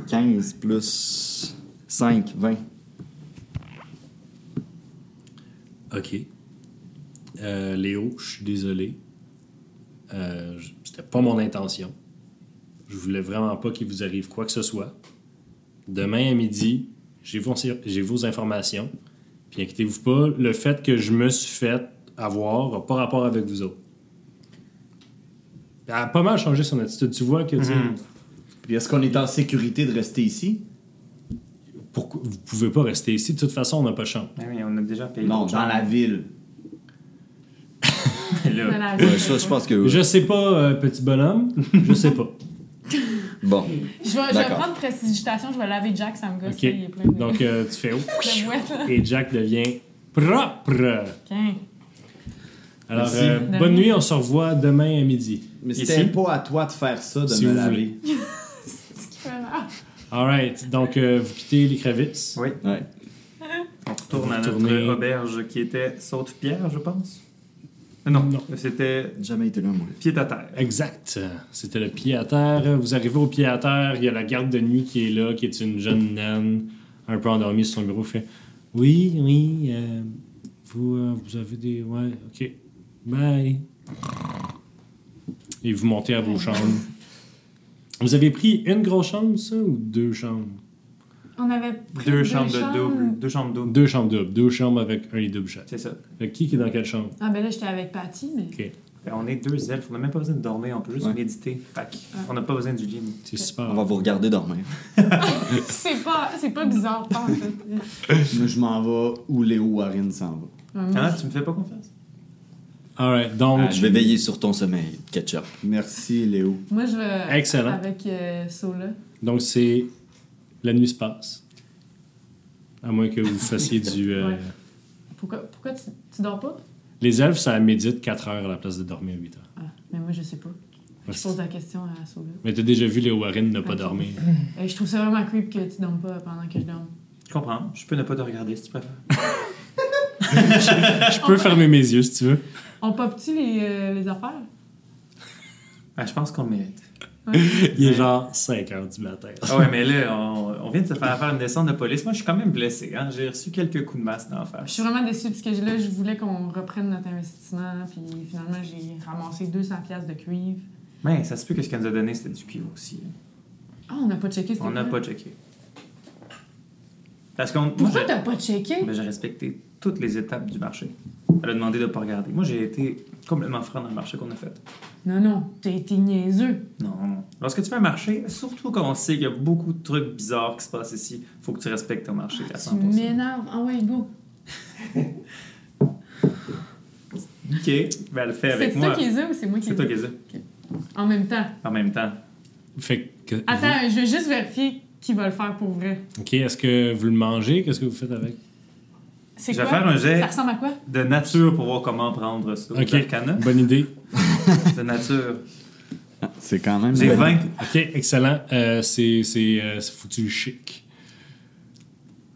15 plus 5, 20.
OK. Euh, Léo, je suis désolé. Euh, j- C'était pas mon intention. Je voulais vraiment pas qu'il vous arrive quoi que ce soit. Demain à midi, j'ai vos, j'ai vos informations. Puis inquiétez-vous pas, le fait que je me suis fait avoir n'a pas rapport avec vous autres. Elle a pas mal changé son attitude. Tu vois que tu sais,
Puis est-ce qu'on est en sécurité de rester ici
pourquoi, vous pouvez pas rester ici. De toute façon, on n'a pas de chambre.
Ah oui, on a déjà payé.
Non,
notre
dans la
chambre.
ville.
Là,
Voilà,
Ouais, ça, je pense que. oui.
Je sais pas, euh, petit bonhomme. Je sais pas.
Bon.
Je vais, je vais
D'accord.
prendre prestidigitation, je vais laver Jack, ça me gosse.
OK.
Il est plein de, Ben
Donc, euh, tu fais...
de mouettes, là.
Et Jack devient Propre.
Tiens.
Alors,
Merci.
euh,
De
bonne
rien.
nuit, on se revoit demain à midi.
Mais
Ici.
c'était pas à toi de faire ça, de
Si
me
vous
laver.
voulez.
Voilà.
Alright, donc euh, vous quittez les crevisses.
Oui.
Ouais.
On retourne à
Vous
notre
retournez.
auberge qui était Saute-Pierre, je pense. Non,
Non.
c'était
Jamais été là, moi.
pied à terre.
Exact. C'était le pied à terre. Vous arrivez au pied à terre, il y a la garde de nuit qui est là, qui est une jeune naine, un peu endormie sur son bureau, fait Oui, oui, euh, vous, euh, vous avez des. Ouais, ok. Bye. Et vous montez à vos chambres. Vous avez pris une grosse chambre, ça, ou deux chambres
On avait pris
Deux chambres de double. Deux chambres doubles.
Deux chambres doubles. Deux chambres avec un lit double chaque.
C'est ça.
Fait que qui qui est dans quelle chambre
Ah, ben là, j'étais avec Patty, mais.
Fait, Ben, on est deux elfes, on n'a même pas besoin de dormir, on peut juste
Ouais.
méditer. Fait que, on n'a pas besoin du lit. nous.
C'est
On
super.
va vous regarder dormir.
C'est pas, c'est pas bizarre, pas en fait.
Moi, je m'en vais où Léo Warren s'en va.
Ah, tu me fais pas confiance?
Alright, donc.
Je vais veiller sur ton sommeil, ketchup.
Merci, Léo.
Moi, je vais.
Excellent.
Avec euh, Sola.
Donc, c'est. La nuit se passe. À moins que vous fassiez du. euh,
Ouais. Pourquoi, pourquoi tu, tu dors pas?
Les elfes, ça médite 4 heures à la place de dormir 8 heures.
Ah, mais moi, je sais pas. Je pose la question à Sola.
Mais t'as déjà vu les Warren ne pas
Ok.
dormir.
Euh, je trouve ça vraiment creep que tu dormes pas pendant que je dorme.
Je comprends, je peux ne pas te regarder si tu préfères.
Je peux fermer mes yeux si tu veux.
On pop-tu les, euh, les affaires?
Ah, je pense qu'on le mérite.
Il est genre 5 heures du matin.
Ah ouais, mais là, on, on vient de se faire faire une descente de police. Moi, je suis quand même blessé. Hein? J'ai reçu quelques coups de masse dans la
Je
face.
suis vraiment déçue parce que là, je voulais qu'on reprenne notre investissement, puis finalement, j'ai ramassé 200 pièces de cuivre.
Mais ça se peut que ce qu'elle nous a donné, c'était du cuivre aussi. hein.
Ah, on n'a pas checké c'était
On n'a
quoi?
pas checké. Parce qu'on. moi,
Pourquoi
je-
t'as pas checké?
ben, j'ai respecté toutes les étapes du marché. Elle a demandé de ne pas regarder. Moi, j'ai été complètement franc dans le marché qu'on a fait.
Non, non, t'as été niaiseux.
Non. Lorsque tu fais un marché, surtout quand on sait qu'il y a beaucoup de trucs bizarres qui se passent ici, faut que tu respectes ton marché à
Tu
100%.
m'énerves. Ah ouais, go.
Ok, ben, elle le fait
C'est
avec
toi
moi.
qui les as ou c'est moi qui
C'est
les
toi
ai?
qui les as.
En même temps.
En même temps.
Fait que.
Attends,
Mhm.
je vais juste vérifier qui va le faire pour vrai.
Ok, est-ce que vous le mangez Qu'est-ce que vous faites avec
C'est
Je vais
quoi?
faire un jet.
Ça ressemble à quoi?
de nature pour voir comment prendre ça.
Ok.
Arcana,
Bonne idée.
de nature.
C'est quand même.
J'ai 20.
Ok, excellent. Euh, c'est c'est, euh, c'est foutu le chic.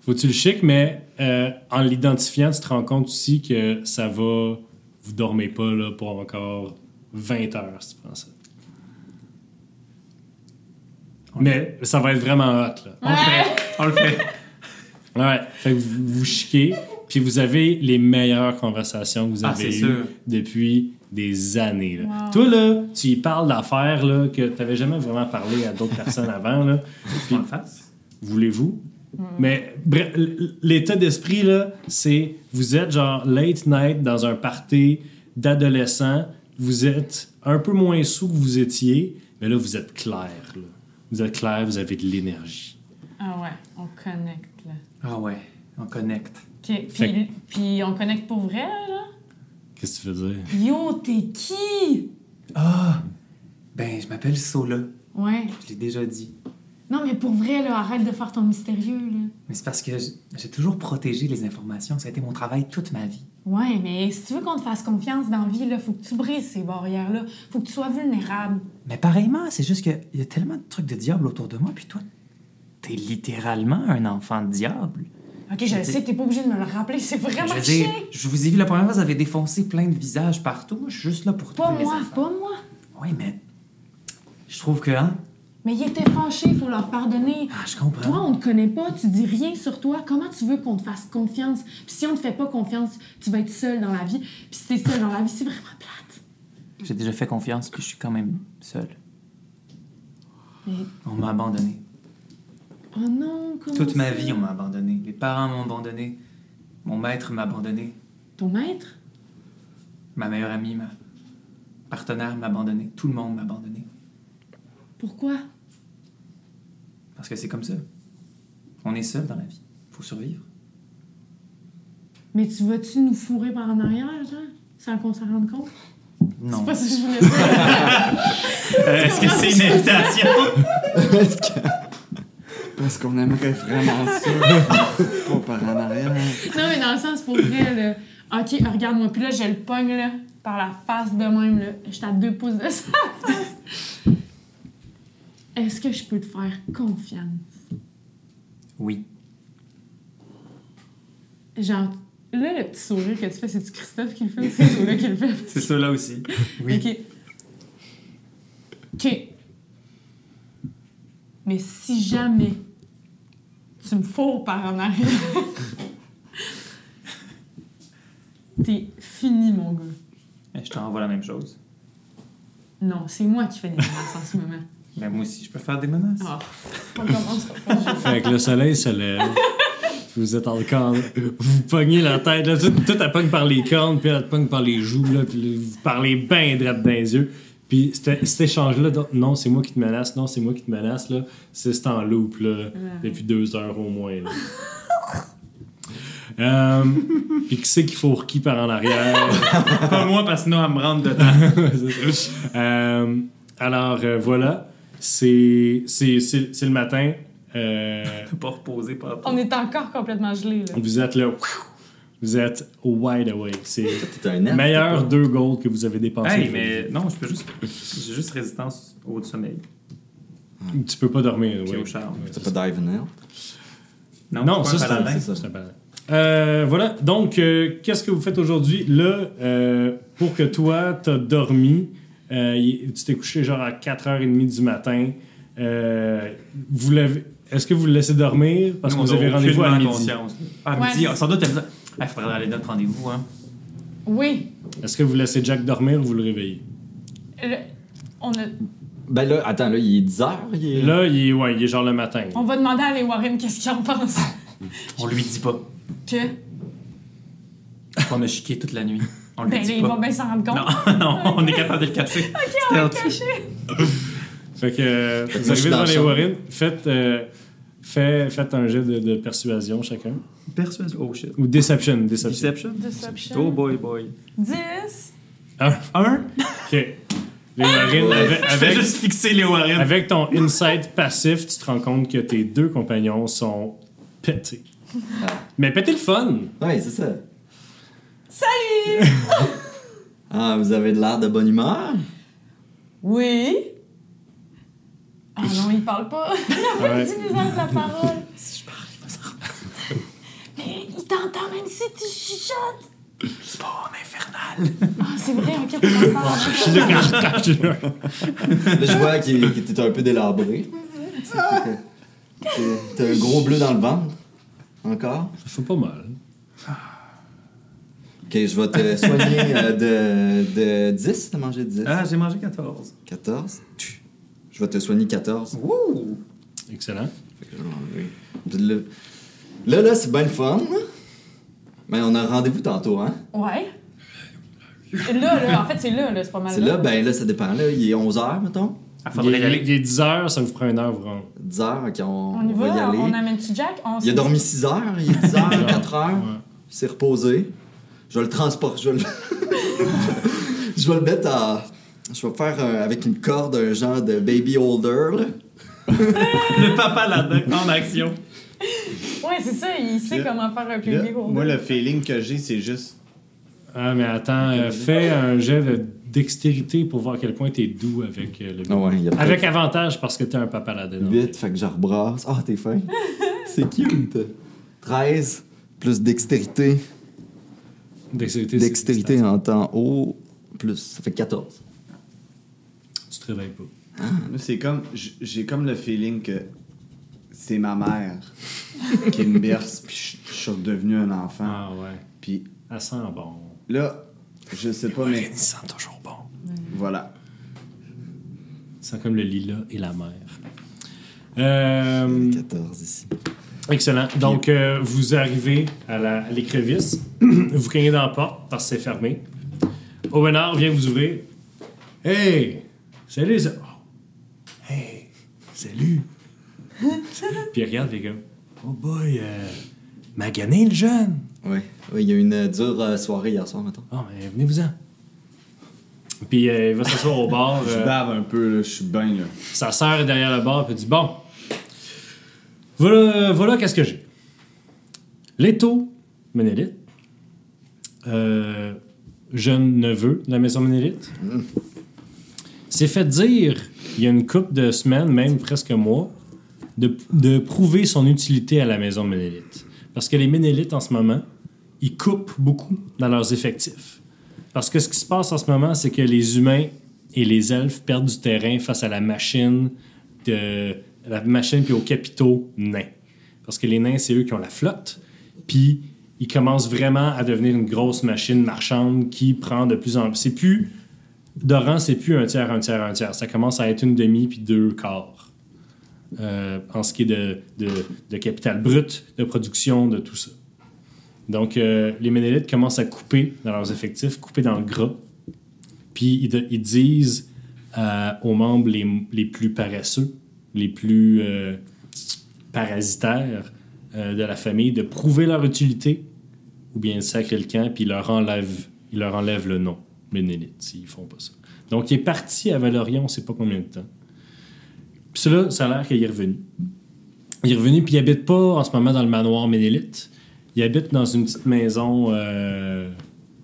Foutu le chic, mais euh, en l'identifiant, tu te rends compte aussi que ça va. Vous dormez pas là, pour encore 20 heures si tu prends ça. Mais ça va être vraiment hot. Là.
On le fait. On le fait.
Ouais, fait que vous vous chiquez, puis vous avez les meilleures conversations que vous
Ah,
avez
c'est
eues
sûr.
depuis des années. là.
Wow.
Toi, là, tu y parles d'affaires là, que tu n'avais jamais vraiment parlé à d'autres personnes avant. Là.
On le fasse.
voulez-vous? Mais bref, l- l'état d'esprit, là, c'est vous êtes genre late night dans un party d'adolescents, vous êtes un peu moins sous que vous étiez, mais là, vous êtes clair. là. Vous êtes clair, vous avez de l'énergie.
Ah ouais, on connecte là.
Ah ouais, on connecte.
Ok,
Fait
puis, puis on connecte pour vrai là?
Qu'est-ce que tu veux dire?
Yo, t'es qui?
Ah! Ben, je m'appelle Sola.
Ouais.
Je l'ai déjà dit.
Non, mais pour vrai, là, arrête de faire ton mystérieux, là.
Mais c'est parce que j- j'ai toujours protégé les informations. Ça a été mon travail toute ma vie.
Ouais, mais si tu veux qu'on te fasse confiance dans la vie, là, faut que tu brises ces barrières-là. Faut que tu sois vulnérable.
Mais pareillement, c'est juste qu'il y a tellement de trucs de diable autour de moi, puis toi, t'es littéralement un enfant de diable.
Ok, je le
dis-
sais, t'es pas obligé de me le rappeler, c'est
Je
vraiment
veux
chier.
dire, je vous ai vu la première fois, vous avez défoncé plein de visages partout. Moi, je suis juste là pour
Pas
trouver les
moi,
affaires.
pas moi.
Oui, mais je trouve que, hein,
Mais ils étaient fâchés, faut leur pardonner.
ah, je comprends.
Toi, on te connaît pas, tu dis rien sur toi. Comment tu veux qu'on te fasse confiance? Puis si on te fait pas confiance, tu vas être seul dans la vie. Puis si t'es seul dans la vie, c'est vraiment plate.
J'ai déjà fait confiance, puis je suis quand même seul.
Mais-
On m'a abandonné.
Oh non, comment
Toute ma
ça?
vie, on m'a abandonné. Les parents m'ont abandonné. Mon maître m'a abandonné.
Ton maître?
Ma meilleure amie, ma partenaire m'a abandonné. Tout le monde m'a abandonné.
Pourquoi?
Parce que c'est comme ça. On est seul dans la vie. Faut survivre.
Mais tu vas-tu nous fourrer par en arrière, genre? Sans qu'on s'en rende compte?
Non.
C'est pas ça que je voulais dire.
Est-ce que c'est une invitation?
Où est-ce qu'on aimerait vraiment ça? Pas par en arrière. hein.
Non, mais dans le sens, pour vrai, là, OK, regarde-moi. Puis là, je le pogne, là, par la face de même, là. J'étais à deux pouces de sa face. Est-ce que je peux te faire confiance?
Oui.
Genre, là, le petit sourire que tu fais, c'est-tu Christophe qui le fait ou c'est Zola qui le fait?
C'est ça là aussi. Oui.
OK. OK. Mais si jamais tu me fourres par en arrière, t'es fini, mon gars.
Mais je t'envoie la même chose.
Non, c'est moi qui fais des menaces en ce moment.
Ben moi aussi, je peux faire des menaces.
Ah, on commence pas.
Fait que le soleil se lève. Vous êtes encore. Vous pognez la tête, là. Tout, tout elle pogne par les cornes, puis elle te pogne par les joues, là. Puis là, vous parlez bien droit dans les yeux. Puis c'était- cet échange-là, donc, non, c'est moi qui te menace, non, c'est moi qui te menace, là. C'est c'est en loop, là. Depuis deux heures au moins, là. Euh, puis qui c'est qui fourre qui par en arrière?
Pas moi, parce que sinon, elle me rentre dedans.
Euh, alors, euh, voilà. C'est c'est- c'est- c'est le matin. Euh,
Je peux pas reposer par
On est encore complètement gelés, là.
Vous êtes là. Vous êtes wide awake. C'est
T'es un elfe,
meilleur
t'es
deux gold que vous avez dépensé.
Hey, mais non, je peux juste. J'ai juste résistance au haut de sommeil.
Tu peux pas dormir.
Puis
oui.
au charme.
Ouais, c'est
pas- T'as pas dive now?
Non,
c'est
ça
pas
c'est
un paladin.
un ça, c'est un paladin. Euh, voilà, donc euh, qu'est-ce que vous faites aujourd'hui? Là, euh, pour que toi, t'as dormi, euh, y- tu t'es couché genre à 4h30 du matin. Euh, vous l'avez- Est-ce que vous le laissez dormir? Parce
Nous,
que vous
on a
avez rendez-vous à
aucunement
midi.
conscience. Ah,
Ouais.
midi, ah, sans doute, elle me dit Ah, faudrait aller à notre rendez-vous, hein.
Oui.
Est-ce que vous laissez Jack dormir ou vous le réveillez?
Le- On, a-
Ben là, attends, là, il est 10 heures. Il est...
Là, il est, ouais, il est genre le matin.
on va demander à les Warren qu'est-ce qu'ils en pensent.
On lui dit pas.
Que,
On a chiqué toute la nuit. On lui
ben là,
dit
ils vont
pas.
bien s'en rendre compte.
Non, non, on est capable de le cacher.
On va le
Stealth.
cacher.
Fait que euh,
que
vous
moi, je
arrivez
suis
dans
dans
les
le
Warren, faites, euh, fait- faites un jet de, de persuasion chacun.
Persuasion. Oh shit.
Ou Deception, Deception.
Deception.
Deception.
Oh boy boy.
10.
Un.
Ah, Ok. Les Warren, avec,
Ah, Je vais
avec,
juste fixer les Warren.
avec ton insight passif, tu te rends compte que tes deux compagnons sont pétés. Mais pétés le fun!
Ouais, c'est ça.
Salut!
Ah, vous avez de l'air de bonne humeur?
Oui. Ah non, il parle pas. Il a
Ouais.
dit nous autres la parole. Si je parle, il va s'en rendre. Mais il t'entend même si tu chuchotes. C'est pas infernal. Ah, c'est vrai, ok, faut qu'on parle.
Là, je vois qu'il qu'il était un peu délabré. T'as- T'as un gros bleu dans le ventre. Encore?
Ça fait pas mal.
Ok, je vais te soigner euh, de, de 10. T'as mangé 10?
Ah, j'ai mangé 14.
14? Tu. Je vais te soigner 14.
Wouh!
Excellent.
Fait que je vais l'enlever. Puis le- Là, là, c'est bien le fun. Mais on a rendez-vous tantôt, hein?
Ouais. Là, là, en fait, c'est là, là, c'est pas mal.
C'est là, ben là, ça dépend. Là, il est 11h, mettons.
Ah,
Il
faudrait y
est,
aller.
il est 10 heures, ça vous prend une heure, vous rendre.
10h, ok, on,
On y
on va y
va,
aller.
on amène-tu Jack? On
Il a
se-
dormi 6 heures, il est 10 heures,
Genre,
4 heures.
ouais.
Il s'est reposé. Je vais le transporter. Je vais le, je vais le mettre à. Je vais faire euh, avec une corde un genre de baby holder. là.
Le papa là-dedans, en action.
Ouais, c'est ça, il sait
Là,
comment faire un
Là,
public. au-
moi, le feeling que j'ai, c'est juste.
Ah, mais attends, euh, fais un jet de dextérité pour voir à quel point t'es doux avec euh, le
Ah ouais, il y a
Avec avantage parce que t'es un papa là
8, fait que je rebrasse. Ah, t'es fin. C'est cute. 13, plus dextérité.
Dextérité. c'est-
Dextérité en temps haut, plus. Ça fait 14.
Tu te réveilles pas.
Moi, c'est comme. j- J'ai comme le feeling que c'est ma mère qui me berce, puis je- je suis redevenu un enfant.
Ah ouais.
Puis
Elle sent bon.
là, je sais pas, mais.
Elle sent toujours bon.
Voilà.
Elle sent comme le lilas et la mer. Euh,
14 ici.
excellent. Donc, euh, vous arrivez à la- à l'écrevisse. vous cognez dans la porte parce que c'est fermé. Owenard vient vous ouvrir. Hey! Salut! ça- oh. Hey! Salut! Puis il regarde les gars. Oh boy! Euh, magané le jeune!
Oui, ouais, il y a eu une euh, dure euh, soirée hier soir, mettons.
Ah, mais venez-vous-en. Puis euh, il va s'asseoir au bar.
Je
euh,
bave un peu, là, je suis bien, là.
sa sœur est derrière le bar, puis elle dit Bon, Voilà, voilà qu'est-ce que j'ai. Leto Ménélite, euh, jeune neveu de la maison Ménélite, s'est fait dire, il y a une couple de semaines, même presque un mois, de, de prouver son utilité à la maison Ménélite. Parce que les Ménélites, en ce moment, ils coupent beaucoup dans leurs effectifs. Parce que ce qui se passe en ce moment, c'est que les humains et les elfes perdent du terrain face à la machine de la machine puis aux capitaux nains. Parce que les nains, c'est eux qui ont la flotte. Puis ils commencent vraiment à devenir une grosse machine marchande qui prend de plus en plus. C'est plus Doran, c'est plus un tiers, un tiers, un tiers. Ça commence à être une demi puis deux quarts. Euh, en ce qui est de, de, de capital brut, de production, de tout ça. Donc, euh, les Ménélites commencent à couper dans leurs effectifs, couper dans le gras. Puis, ils, de- ils disent euh, aux membres les, les plus paresseux, les plus euh, parasitaires euh, de la famille de prouver leur utilité ou bien ils sacrent le camp puis ils leur enlèvent, ils leur enlèvent le nom, Ménélite, s'ils font pas ça. Donc, il est parti à Valorion, on sait pas combien de temps. Puis, cela, ça a l'air qu'il est revenu. Il est revenu, puis il habite pas en ce moment dans le manoir Ménélite. Il habite dans une petite maison, euh,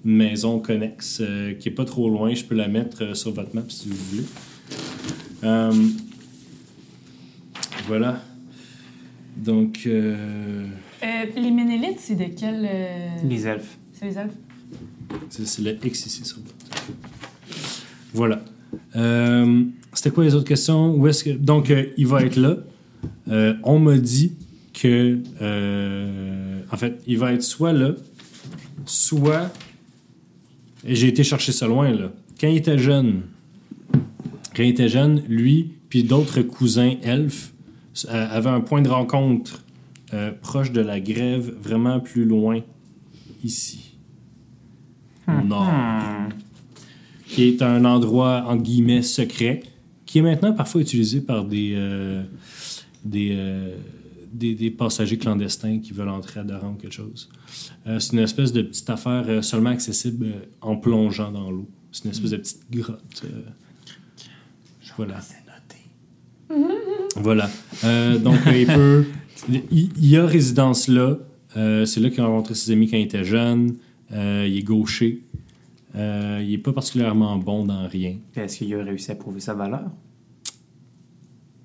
une maison connexe euh, qui est pas trop loin. Je peux la mettre euh, sur votre map si vous voulez. Euh, voilà. Donc, euh,
Euh, les Ménélites, c'est de quel. euh,
Les elfes.
C'est les elfes.
c'est c'est le X ici sur votre. Voilà. Euh, C'était quoi les autres questions? Où est-ce que... Donc, euh, il va être là. Euh, on m'a dit que. euh, en fait, il va être soit là, soit. Et j'ai été chercher ça loin, là. Quand il était jeune, quand il était jeune, lui, puis d'autres cousins elfes s- euh, avaient un point de rencontre euh, proche de la grève, vraiment plus loin ici. Au nord
Hmm.
qui est un endroit en guillemets secret, qui est maintenant parfois utilisé par des euh, des, euh, des, des passagers clandestins qui veulent entrer à Doran ou quelque chose. Euh, c'est une espèce de petite affaire euh, seulement accessible euh, en plongeant dans l'eau. C'est une
Hmm.
espèce de petite grotte. euh, voilà. Voilà. Euh, donc, euh, il peut. Il, il a résidence là. Euh, c'est là qu'il a rencontré ses amis quand il était jeune. Euh, il est gaucher. Euh, il est pas particulièrement bon dans rien.
Puis Est-ce qu'il a réussi à prouver sa valeur?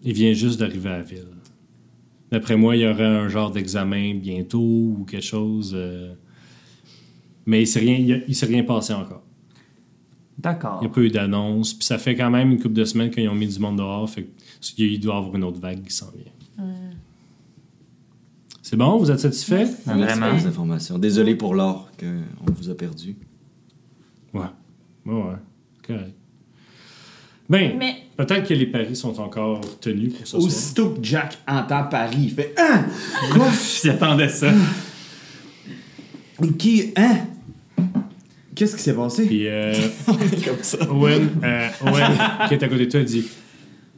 Il vient juste d'arriver à la ville. D'après moi, il y aurait un genre d'examen bientôt ou quelque chose. euh, Mais il s'est rien, il a- il s'est rien passé encore.
D'accord.
Il n'y a pas eu d'annonce. Puis ça fait quand même une couple de semaines qu'ils ont mis du monde dehors. Fait qu'il doit y avoir une autre vague qui s'en vient. C'est bon? Vous êtes satisfait?
Merci,
Ah, vraiment?
Des
c'est-
informations. Désolé pour l'or qu'on vous a perdu.
Ouais. Ouais, ouais. Correct. Ben,
Mais
peut-être que les paris sont encore tenus pour ce soir.
Aussitôt que Jack entend Paris, il fait Hein
J'y attendais ça.
Qui Hein Qu'est-ce qui s'est passé
Puis euh, Owen, euh, Owen, qui est à côté de toi, dit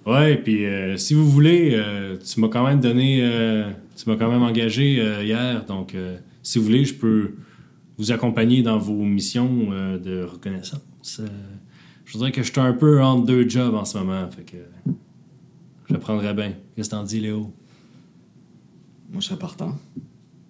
Ouais, puis euh, si vous voulez, euh, tu m'as quand même donné, euh, tu m'as quand même engagé euh, hier, donc euh, si vous voulez, je peux vous accompagner dans vos missions euh, de reconnaissance. Euh, je voudrais que je suis un peu entre deux jobs en ce moment, fait que euh, je le prendrais bien. Qu'est-ce que t'en dis, Léo
Moi, je serais partant.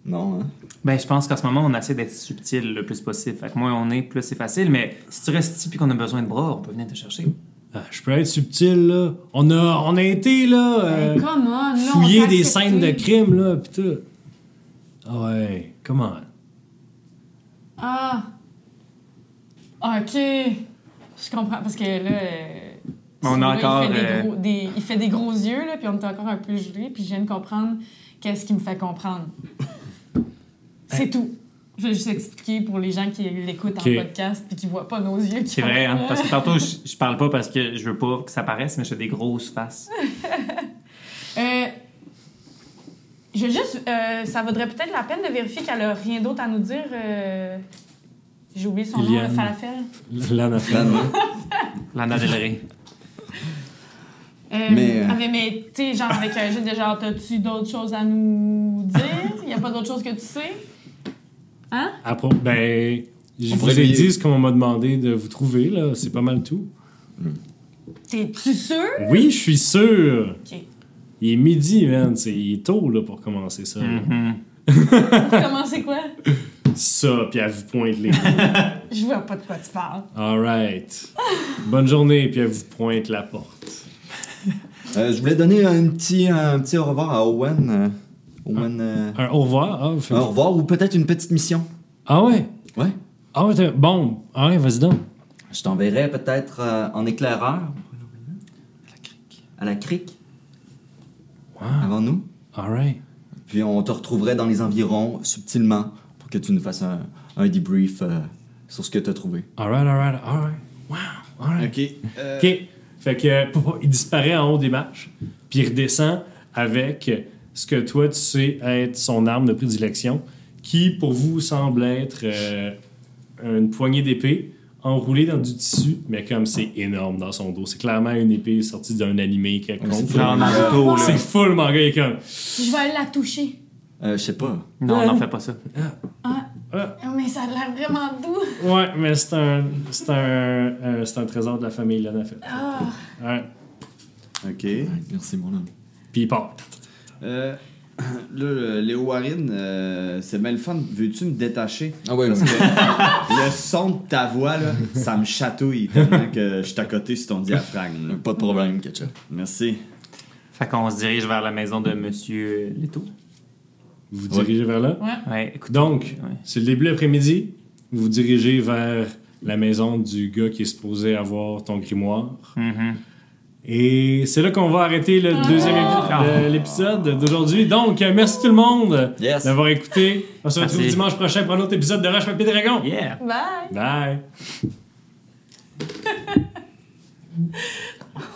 Non, hein?
Ben, je pense qu'en ce moment, on essaie d'être subtil le plus possible. Fait que moins on est, plus c'est facile. Mais si tu restes ici et qu'on a besoin de bras, on peut venir te chercher.
Ah, Je peux être subtil, là. On a, on a été, là. euh,
ben, come on, là, on
fouiller
t'a
des
accepté.
scènes de crime, là, pis tout. Ah ouais, comment?
Ah. Ah, Ok. Je comprends, parce que là. euh,
On a
celui-là,
encore,
Il fait,
euh,
des gros, des- il fait des gros yeux, là, puis on est encore un peu gelé, puis je viens de comprendre qu'est-ce qui me fait comprendre.
Hein?
C'est tout. Je vais juste expliquer pour les gens qui l'écoutent
Ok.
en podcast puis qui voient pas nos yeux. qui
C'est
font
vrai, hein?
comme,
Parce que tantôt, je, je parle pas parce que je veux pas que ça paraisse, mais j'ai des grosses faces.
Euh, je veux juste, euh, ça vaudrait peut-être la peine de vérifier qu'elle a rien d'autre à nous dire. euh, J'ai oublié son nom,
Liliane.
le falafel.
Là,
Finalement.
Lana Del Rey.
Euh,
Mais, euh,
ah, mais, mais, tu sais, genre, avec un jeu de genre, t'as-tu d'autres choses à nous dire? Y a pas d'autres choses que tu sais? Hein?
à pro- ben, je
On
vous
pourrait
ai
lui-
dit ce qu'on m'a demandé de vous trouver, là. C'est pas mal tout.
T'es-tu sûr?
Oui, je suis sûr.
Ok.
Il est midi, man. C'est- Il est tôt, là, pour commencer ça. là.
Mm-hmm.
Pour commencer quoi?
Ça, puis elle vous pointe les...
Je vois pas de quoi tu parles.
All right. Bonne journée, puis elle vous pointe la porte.
Euh, je voulais donner un petit, un petit au revoir à Owen. euh, Owen. euh,
Un au revoir. Ah, fait-
un au revoir ou peut-être une petite mission.
Ah ouais?
Ouais.
Ah ouais, t'as- bon. Ah ouais, vas-y donc.
Je t'enverrai peut-être euh, en éclaireur. À la crique.
Wow.
Avant nous.
All right.
Puis on te retrouverait dans les environs subtilement pour que tu nous fasses un, un debrief euh, sur ce que tu as trouvé.
All right, all right, all right. Wow. All right.
Ok. euh,
OK. Fait que, euh, pou- pou- il disparaît en haut des marches, puis il redescend avec ce que toi, tu sais être son arme de prédilection, qui, pour vous, semble être euh, une poignée d'épée enroulée dans du tissu, mais comme c'est énorme dans son dos. C'est clairement une épée sortie d'un animé quelconque.
Genre Naruto, là.
C'est full manga, il est comme...
Je vais aller la toucher.
Euh, je sais pas.
Non, n'en fais pas ça.
Oh, Mais ça a l'air vraiment doux.
Ouais, mais c'est un, c'est un, euh, c'est un trésor de la famille Lanafel.
Ah.
Ouais.
Ok.
Ouais, Merci, mon homme.
Puis il part.
Euh, là, euh, Léo Warren, euh, c'est bien le fun. Veux-tu me détacher?
Ah ouais,
Parce que le son de ta voix, là, ça me chatouille tellement que je suis à côté sur ton diaphragme. là.
Pas de problème, Ketchup.
Merci.
Fait qu'on se dirige vers la maison de Monsieur Leto.
Vous vous dirigez vers là.
Ouais.
Ouais, écoute.
Donc,
Ouais.
c'est le début de l'après-midi. Vous vous dirigez vers la maison du gars qui est supposé avoir ton grimoire.
Mhm.
Et c'est là qu'on va arrêter le deuxième épi-
Ah.
euh, l'épisode d'aujourd'hui. Donc, euh, merci tout le monde
Yes.
d'avoir écouté. On se retrouve
Merci.
dimanche prochain pour un autre épisode de Rush Papier Dragon.
Yeah!
Bye.
Bye!